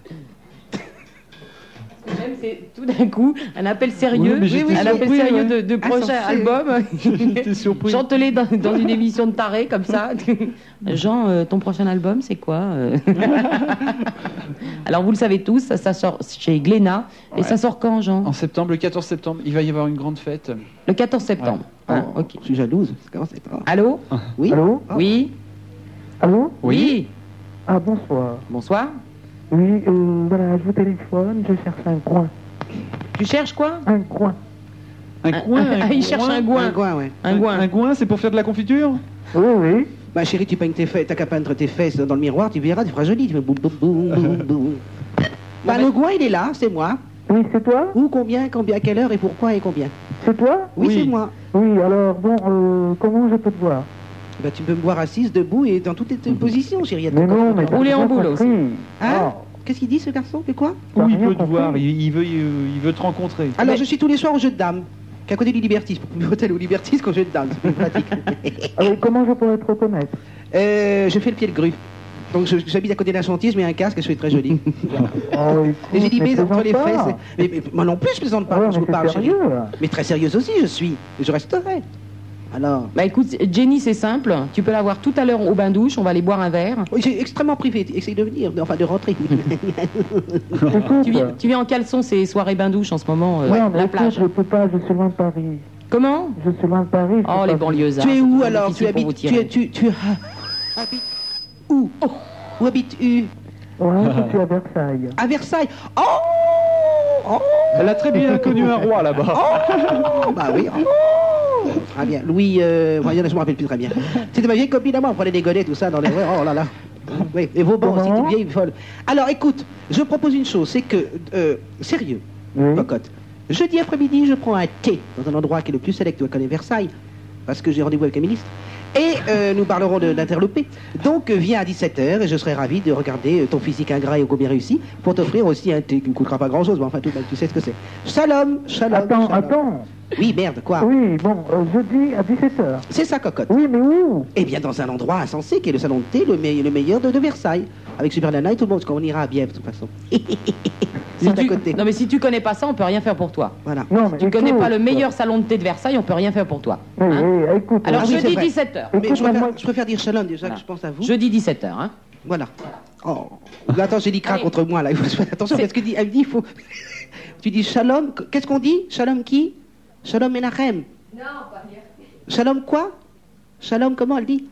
C: ce que j'aime, c'est tout d'un coup un appel
E: Oui,
C: sérieux,
E: mais j'étais
C: un appel
E: surpris,
C: sérieux de,
E: ouais.
C: de prochain
F: Insensé.
C: album.
E: J'étais surpris.
C: Chantelet dans, dans une émission de taré comme ça. Jean, euh, ton prochain album, c'est quoi euh Alors vous le savez tous, ça, ça sort chez Glénat. Et
E: Ouais.
C: ça sort quand, Jean
E: En septembre, le 14 septembre, il va y avoir une grande fête.
C: Le 14 septembre.
F: Ah,
C: Ah, ok.
F: Je suis jalouse. ça commence à être-
C: Allô
E: Ah.
F: Oui. Oh.
M: Allô
C: Oui
M: Allô
C: Oui
M: Ah, bonsoir.
C: Bonsoir.
M: Oui, euh, voilà, je vous téléphone, je cherche un coin.
C: Tu cherches quoi
M: Un coin.
E: Un coin
F: Ah, il cherche un goin.
E: Un
F: goin,
E: ouais.
F: Un
E: goin. Un goin, c'est pour faire de la confiture
F: Oui, oui. Bah chérie, tu peignes tes fesses, t'as qu'à peindre tes fesses dans le miroir, tu verras, tu feras joli. Tu fais boum, boum, boum, boum, boum. Bah le goin, il est là, c'est moi. Oui, c'est toi Où, combien, combien, à quelle heure et pourquoi et combien C'est toi Oui, c'est moi.
M: Oui, alors bon, euh, comment je peux te voir
F: Bah tu peux me voir assise, debout et dans toutes tes positions, chérie.
M: Mhm. Mais non, mais t'as Rouler en bien boule compris. aussi.
F: Hein Qu'est-ce qu'il dit ce garçon C'est quoi
E: Où il peut te voir, il, il veut, il, il veut te rencontrer.
F: Alors je suis tous les soirs au jeu de dames. Qu'à côté du Libertis, pour mieux hôtel au Libertis qu'au jeu de dames, c'est plus pratique.
H: Ah
F: comment je pourrais te reconnaître Je fais le pied de grue. Donc je- j'habite à côté d'un chantier, je mets un casque et je suis très jolie. et j'ai dit
M: Ah mais
F: mais entre les
M: plaisante
F: fesses.
M: pas.
F: Mais, mais moi non plus je plaisante pas
M: Ouais,
F: quand je
M: mais
F: vous
M: c'est
F: parle. chérie.
M: sérieux.
F: Mais très sérieuse aussi je suis. Et Je resterai. Alors.
C: Bah écoute, Jenny, c'est simple. Tu peux la voir tout à l'heure au bain douche. On va aller boire un verre.
F: Oui, c'est extrêmement privé. Essaye de venir, enfin de rentrer.
C: tu, viens, tu viens en caleçon ces soirées bain douche en ce moment. euh,
M: non, mais
C: la
M: écoute,
C: plage.
M: je peux pas, je suis loin de Paris.
C: Comment
M: Je suis loin de Paris. je
C: Oh
M: peux
C: les
M: pas-
C: banlieues.
F: Tu es où alors Tu habites tu, es- tu, tu habites où Oh, Où habites-tu
M: Ouais, je suis à Versailles.
F: À Versailles. Oh, Oh
E: Elle a très bien connu un roi là-bas.
F: Oh Bah oui. Oh Très bien. Louis, euh, voyons, je me rappelle plus très bien. C'était ma vieille copine à moi, on prenait des godets, tout ça, dans les rues. Oh là là. Oui, et vos bancs aussi, une vieille folle. Alors écoute, je propose une chose, c'est que, euh, sérieux, Cocotte, jeudi après-midi, je prends un thé dans un endroit qui est le plus sélect, tu connais Versailles, parce que j'ai rendez-vous avec un ministre. Et euh, nous parlerons de l'interlopé. Donc euh, viens à 17h et je serai ravi de regarder euh, ton physique ingrat et ô combien réussi pour t'offrir aussi un thé qui ne coûtera pas grand-chose, mais enfin tout de même, tu sais ce que c'est. Shalom, shalom.
M: Attends,
F: shalom.
M: attends.
F: Oui, merde, quoi
M: Oui, bon, euh, jeudi à 17h.
F: C'est ça, cocotte. Oui, mais où Eh bien, dans un endroit insensé qui est le salon de thé, le, me- le meilleur de, de Versailles. Avec Super Nana et tout le monde, quand on ira à Bièvre, de toute façon.
C: Si tu- Non mais si tu connais pas ça, on peut rien faire pour toi.
F: Voilà.
C: si tu connais pas le hein meilleur salon de thé de Versailles, on peut rien faire pour toi.
M: Oui, oui, écoute.
C: Alors
F: Ah oui,
C: jeudi
F: c'est vrai.
C: 17h.
F: Mais je préfère, je préfère dire shalom déjà que je pense à vous.
C: Jeudi 17h. Hein.
F: Voilà. Oh. Là, attends, j'ai dit crack contre moi, là. Il faut se faire attention parce que dit, elle me dit, il faut. tu dis shalom, qu'est-ce qu'on dit Shalom qui Shalom Menachem. Shalom quoi Shalom comment elle dit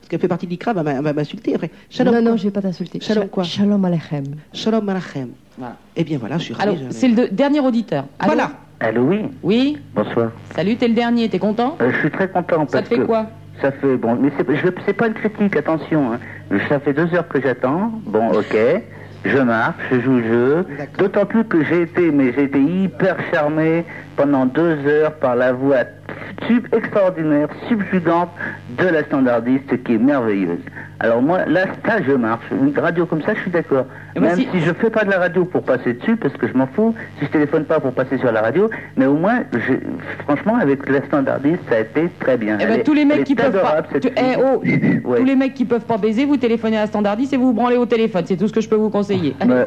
F: Parce qu'elle fait partie de l'ICRA, elle va m'a- elle va m'insulter après. Shalom
O: non,
F: quoi
O: non, je vais pas t'insulter.
F: Shalom
O: Sha-
F: quoi
O: Shalom Alechem.
F: Shalom Menachem.
C: Voilà.
F: Eh bien voilà, je suis ravi.
C: Alors, c'est le de- dernier auditeur. voilà.
I: Allô, oui
C: Oui
I: Bonsoir.
C: Salut, t'es le dernier, t'es content
I: Euh, je suis très content
C: Ça
I: parce
C: te fait
I: que
C: quoi
I: ça fait bon, mais c'est je- c'est pas une critique, attention. hein. Ça fait deux heures que j'attends. Bon, ok. Je marche, je joue le jeu. D'autant plus que j'ai été, mais j'ai été hyper charmé pendant deux heures par la voix sub extraordinaire, subjugante de la standardiste qui est merveilleuse. Alors moi, là, ça, je marche. Une radio comme ça, je suis d'accord.
C: moi,
I: Même
C: si-
I: si... je fais pas de la radio pour passer dessus, parce que je m'en fous, si je téléphone pas pour passer sur la radio, mais au moins, je- franchement, avec la standardiste, ça a été très bien.
C: Eh
I: Elle
C: ben,
I: est-
C: tous les
I: elle
C: mecs
I: est
C: qui peuvent pas.
I: adorable, cette
C: tu- eh,
I: fille.
C: oh,
I: Ouais.
C: Tous les mecs qui peuvent pas baiser, vous téléphonez à Standardis et vous vous branlez au téléphone. C'est tout ce que je peux vous conseiller. Allez,
I: Ouais,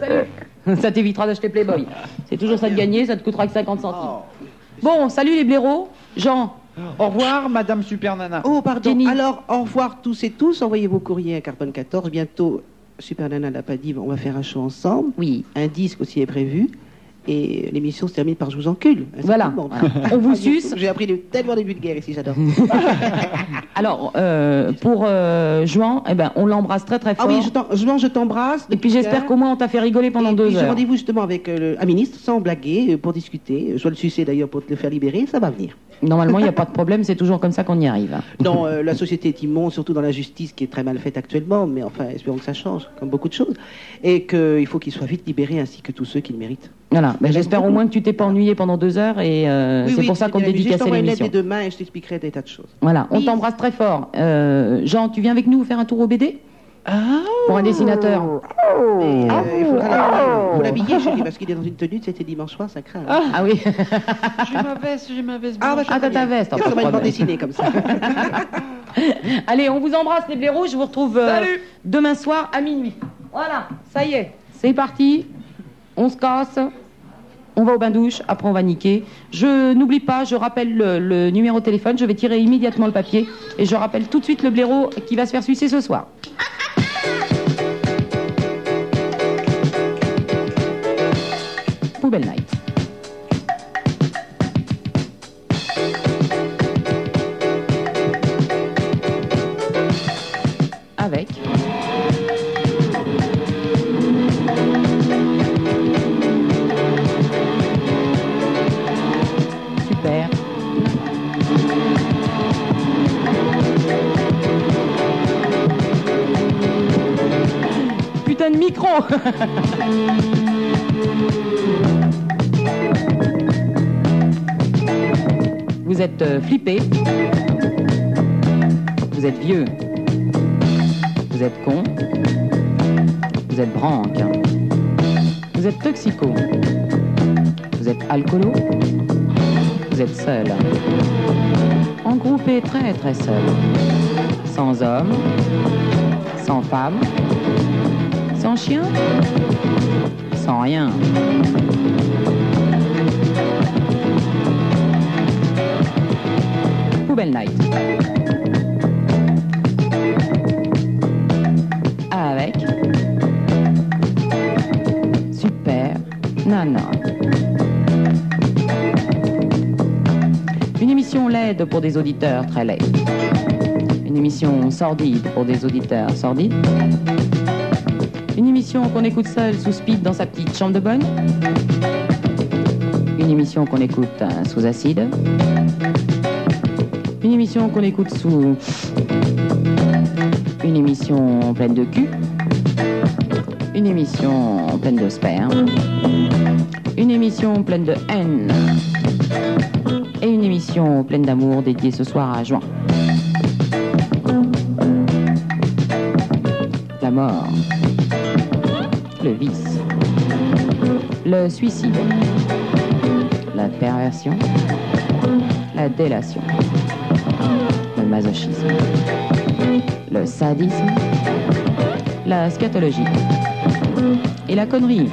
C: salut. Ça t'évitera d'acheter Playboy. C'est toujours ça de gagner, ça te coûtera que 50 centimes. Bon, salut les blaireaux. Jean.
E: Au revoir, Madame Super Nana.
F: Oh, pardon. Alors, au revoir tous et tous. Envoyez vos courriers à Carbone 14. Bientôt, Super Nana l'a pas dit, on va faire un show ensemble.
C: Oui.
F: Un disque aussi est prévu. Et l'émission se termine par Je vous encule.
C: Voilà. On vous suce.
F: J'ai appris de- tellement des vulgaires ici, j'adore.
C: Alors, euh, pour euh, Juan, eh ben, on l'embrasse très très
F: Ah
C: fort.
F: oui, je t'en- Juan, je t'embrasse.
C: Et puis j'espère qu'au moins on t'a fait rigoler pendant
F: Et
C: deux
F: j'ai
C: heures.
F: rendez-vous justement avec euh, le- un ministre, sans blaguer, euh, pour discuter. Je dois le sucer d'ailleurs pour te le faire libérer, ça va venir.
C: Normalement, il n'y a pas de problème, c'est toujours comme ça qu'on y arrive.
F: Non, euh, la société est immonde, surtout dans la justice qui est très mal faite actuellement, mais enfin, espérons que ça change, comme beaucoup de choses, et qu'il faut qu'il soit vite libéré, ainsi que tous ceux qui le méritent.
C: Voilà, ben, j'espère au moins que tu t'es pas ennuyé pendant deux heures et euh, c'est pour ça qu'on
F: dédicace
C: dédicace
F: Je t'envoie une lettre
C: l'émission.
F: dès demain et je t'expliquerai des tas de choses.
C: Voilà, on t'embrasse très fort. Euh, Jean, tu viens avec nous faire un tour au BD
J: Ah.
C: Pour un dessinateur.
F: Et, euh, il faudra la- vous l'habiller, chérie, parce qu'il est dans une tenue, c'était dimanche soir, ça craint.
C: Ah, oui.
J: J'ai ma veste, j'ai ma veste.
F: Ah, bah,
J: blanche.
F: ça va bien.
C: veste,
F: Ça
C: hein, pas de
F: va être
C: problème.
F: dessiné comme ça.
C: Allez, on vous embrasse les blaireaux, je vous retrouve euh, demain soir à minuit. Voilà, ça y est, c'est parti. On se casse. On va au bain-douche, après on va niquer. Je n'oublie pas, je rappelle le, le numéro de téléphone, je vais tirer immédiatement le papier et je rappelle tout de suite le blaireau qui va se faire sucer ce soir. Poubelle night. Avec Super micro Vous êtes euh, flippé. Vous êtes vieux. Vous êtes con. Vous êtes branque. Vous êtes toxico. Vous êtes alcoolo. Vous êtes seul. En groupe et très très seul. Sans homme. Sans femme. Sans chien. Sans rien. Poubelle Night. Avec Super Nana. Une émission laide pour des auditeurs très laids. Une émission sordide pour des auditeurs sordides. Une émission qu'on écoute seul sous speed dans sa petite chambre de bonne. Une émission qu'on écoute euh, sous acide. Une émission qu'on écoute sous. Une émission pleine de cul. Une émission pleine de sperme. Une émission pleine de haine. Et une émission pleine d'amour dédiée ce soir à juin. La mort. Le vice. Le suicide. La perversion. La délation. Le masochisme. Le sadisme. La scatologie. Et la connerie.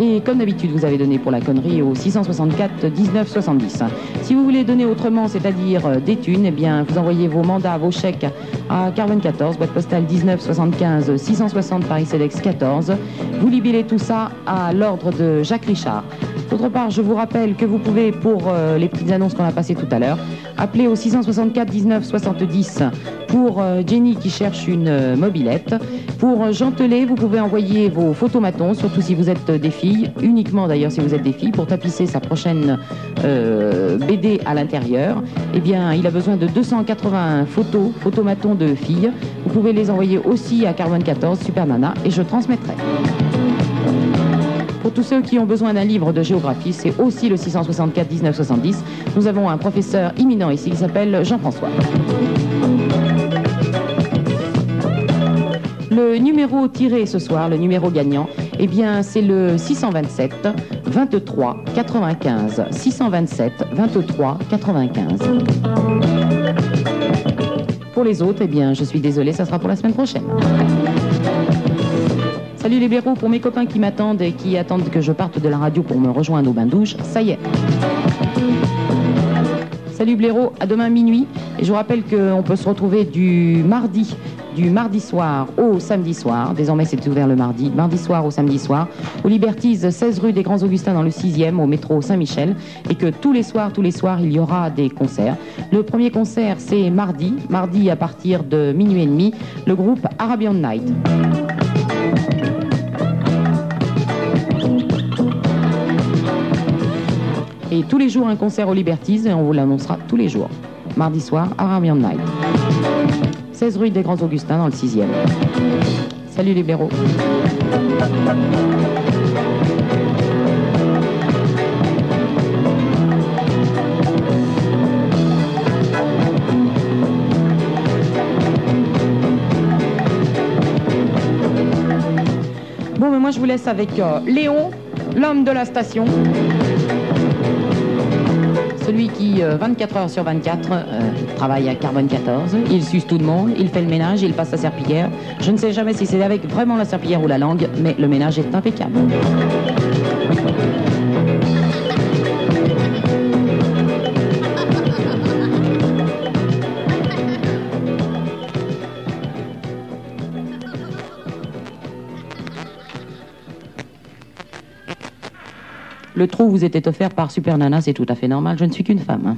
C: Et comme d'habitude, vous avez donné pour la connerie au 664 19 70. Si vous voulez donner autrement, c'est-à-dire euh, des thunes, eh bien, vous envoyez vos mandats, vos chèques à Carbone 14, boîte postale 19 75 660 Paris Cedex 14. Vous libellez tout ça à l'ordre de Jacques Richard. D'autre part, je vous rappelle que vous pouvez, pour euh, les petites annonces qu'on a passées tout à l'heure, appeler au 664 19 70 pour euh, Jenny qui cherche une euh, mobilette. Pour euh, Jean Telet, vous pouvez envoyer vos photomatons, surtout si vous êtes euh, des filles, uniquement d'ailleurs si vous êtes des filles, pour tapisser sa prochaine euh, BD à l'intérieur. Eh bien, il a besoin de 281 photos, photomatons de filles. Vous pouvez les envoyer aussi à Carbone 14, Super Nana, et je transmettrai. Pour tous ceux qui ont besoin d'un livre de géographie, c'est aussi le 664 1970. Nous avons un professeur imminent ici qui s'appelle Jean-François. Le numéro tiré ce soir, le numéro gagnant, eh bien, c'est le 627 23 95. 627 23 95. Pour les autres, eh bien, je suis désolée, ça sera pour la semaine prochaine. Salut les blaireaux, pour mes copains qui m'attendent et qui attendent que je parte de la radio pour me rejoindre au bain de douche, ça y est. Salut blaireaux, à demain minuit. Et je vous rappelle qu'on peut se retrouver du mardi, du mardi soir au samedi soir. Désormais, c'est ouvert le mardi. Mardi soir au samedi soir. Au Liberties, 16 rue des Grands Augustins dans le 6e, au métro Saint-Michel. Et que tous les soirs, tous les soirs, il y aura des concerts. Le premier concert, c'est mardi. Mardi à partir de minuit et demi, le groupe Arabian Night. Et tous les jours, un concert au Liberties, et on vous l'annoncera tous les jours. Mardi soir, Arabian Night. 16 rue des Grands Augustins, dans le 6e. Salut les blaireaux. Bon, mais moi, je vous laisse avec euh, Léon, l'homme de la station. Celui qui, euh, 24 heures sur 24, euh, travaille à Carbone 14. Il suce tout le monde, il fait le ménage, il passe sa serpillière. Je ne sais jamais si c'est avec vraiment la serpillière ou la langue, mais le ménage est impeccable. Le trou vous était offert par Super Nana, c'est tout à fait normal, je ne suis qu'une femme. hein.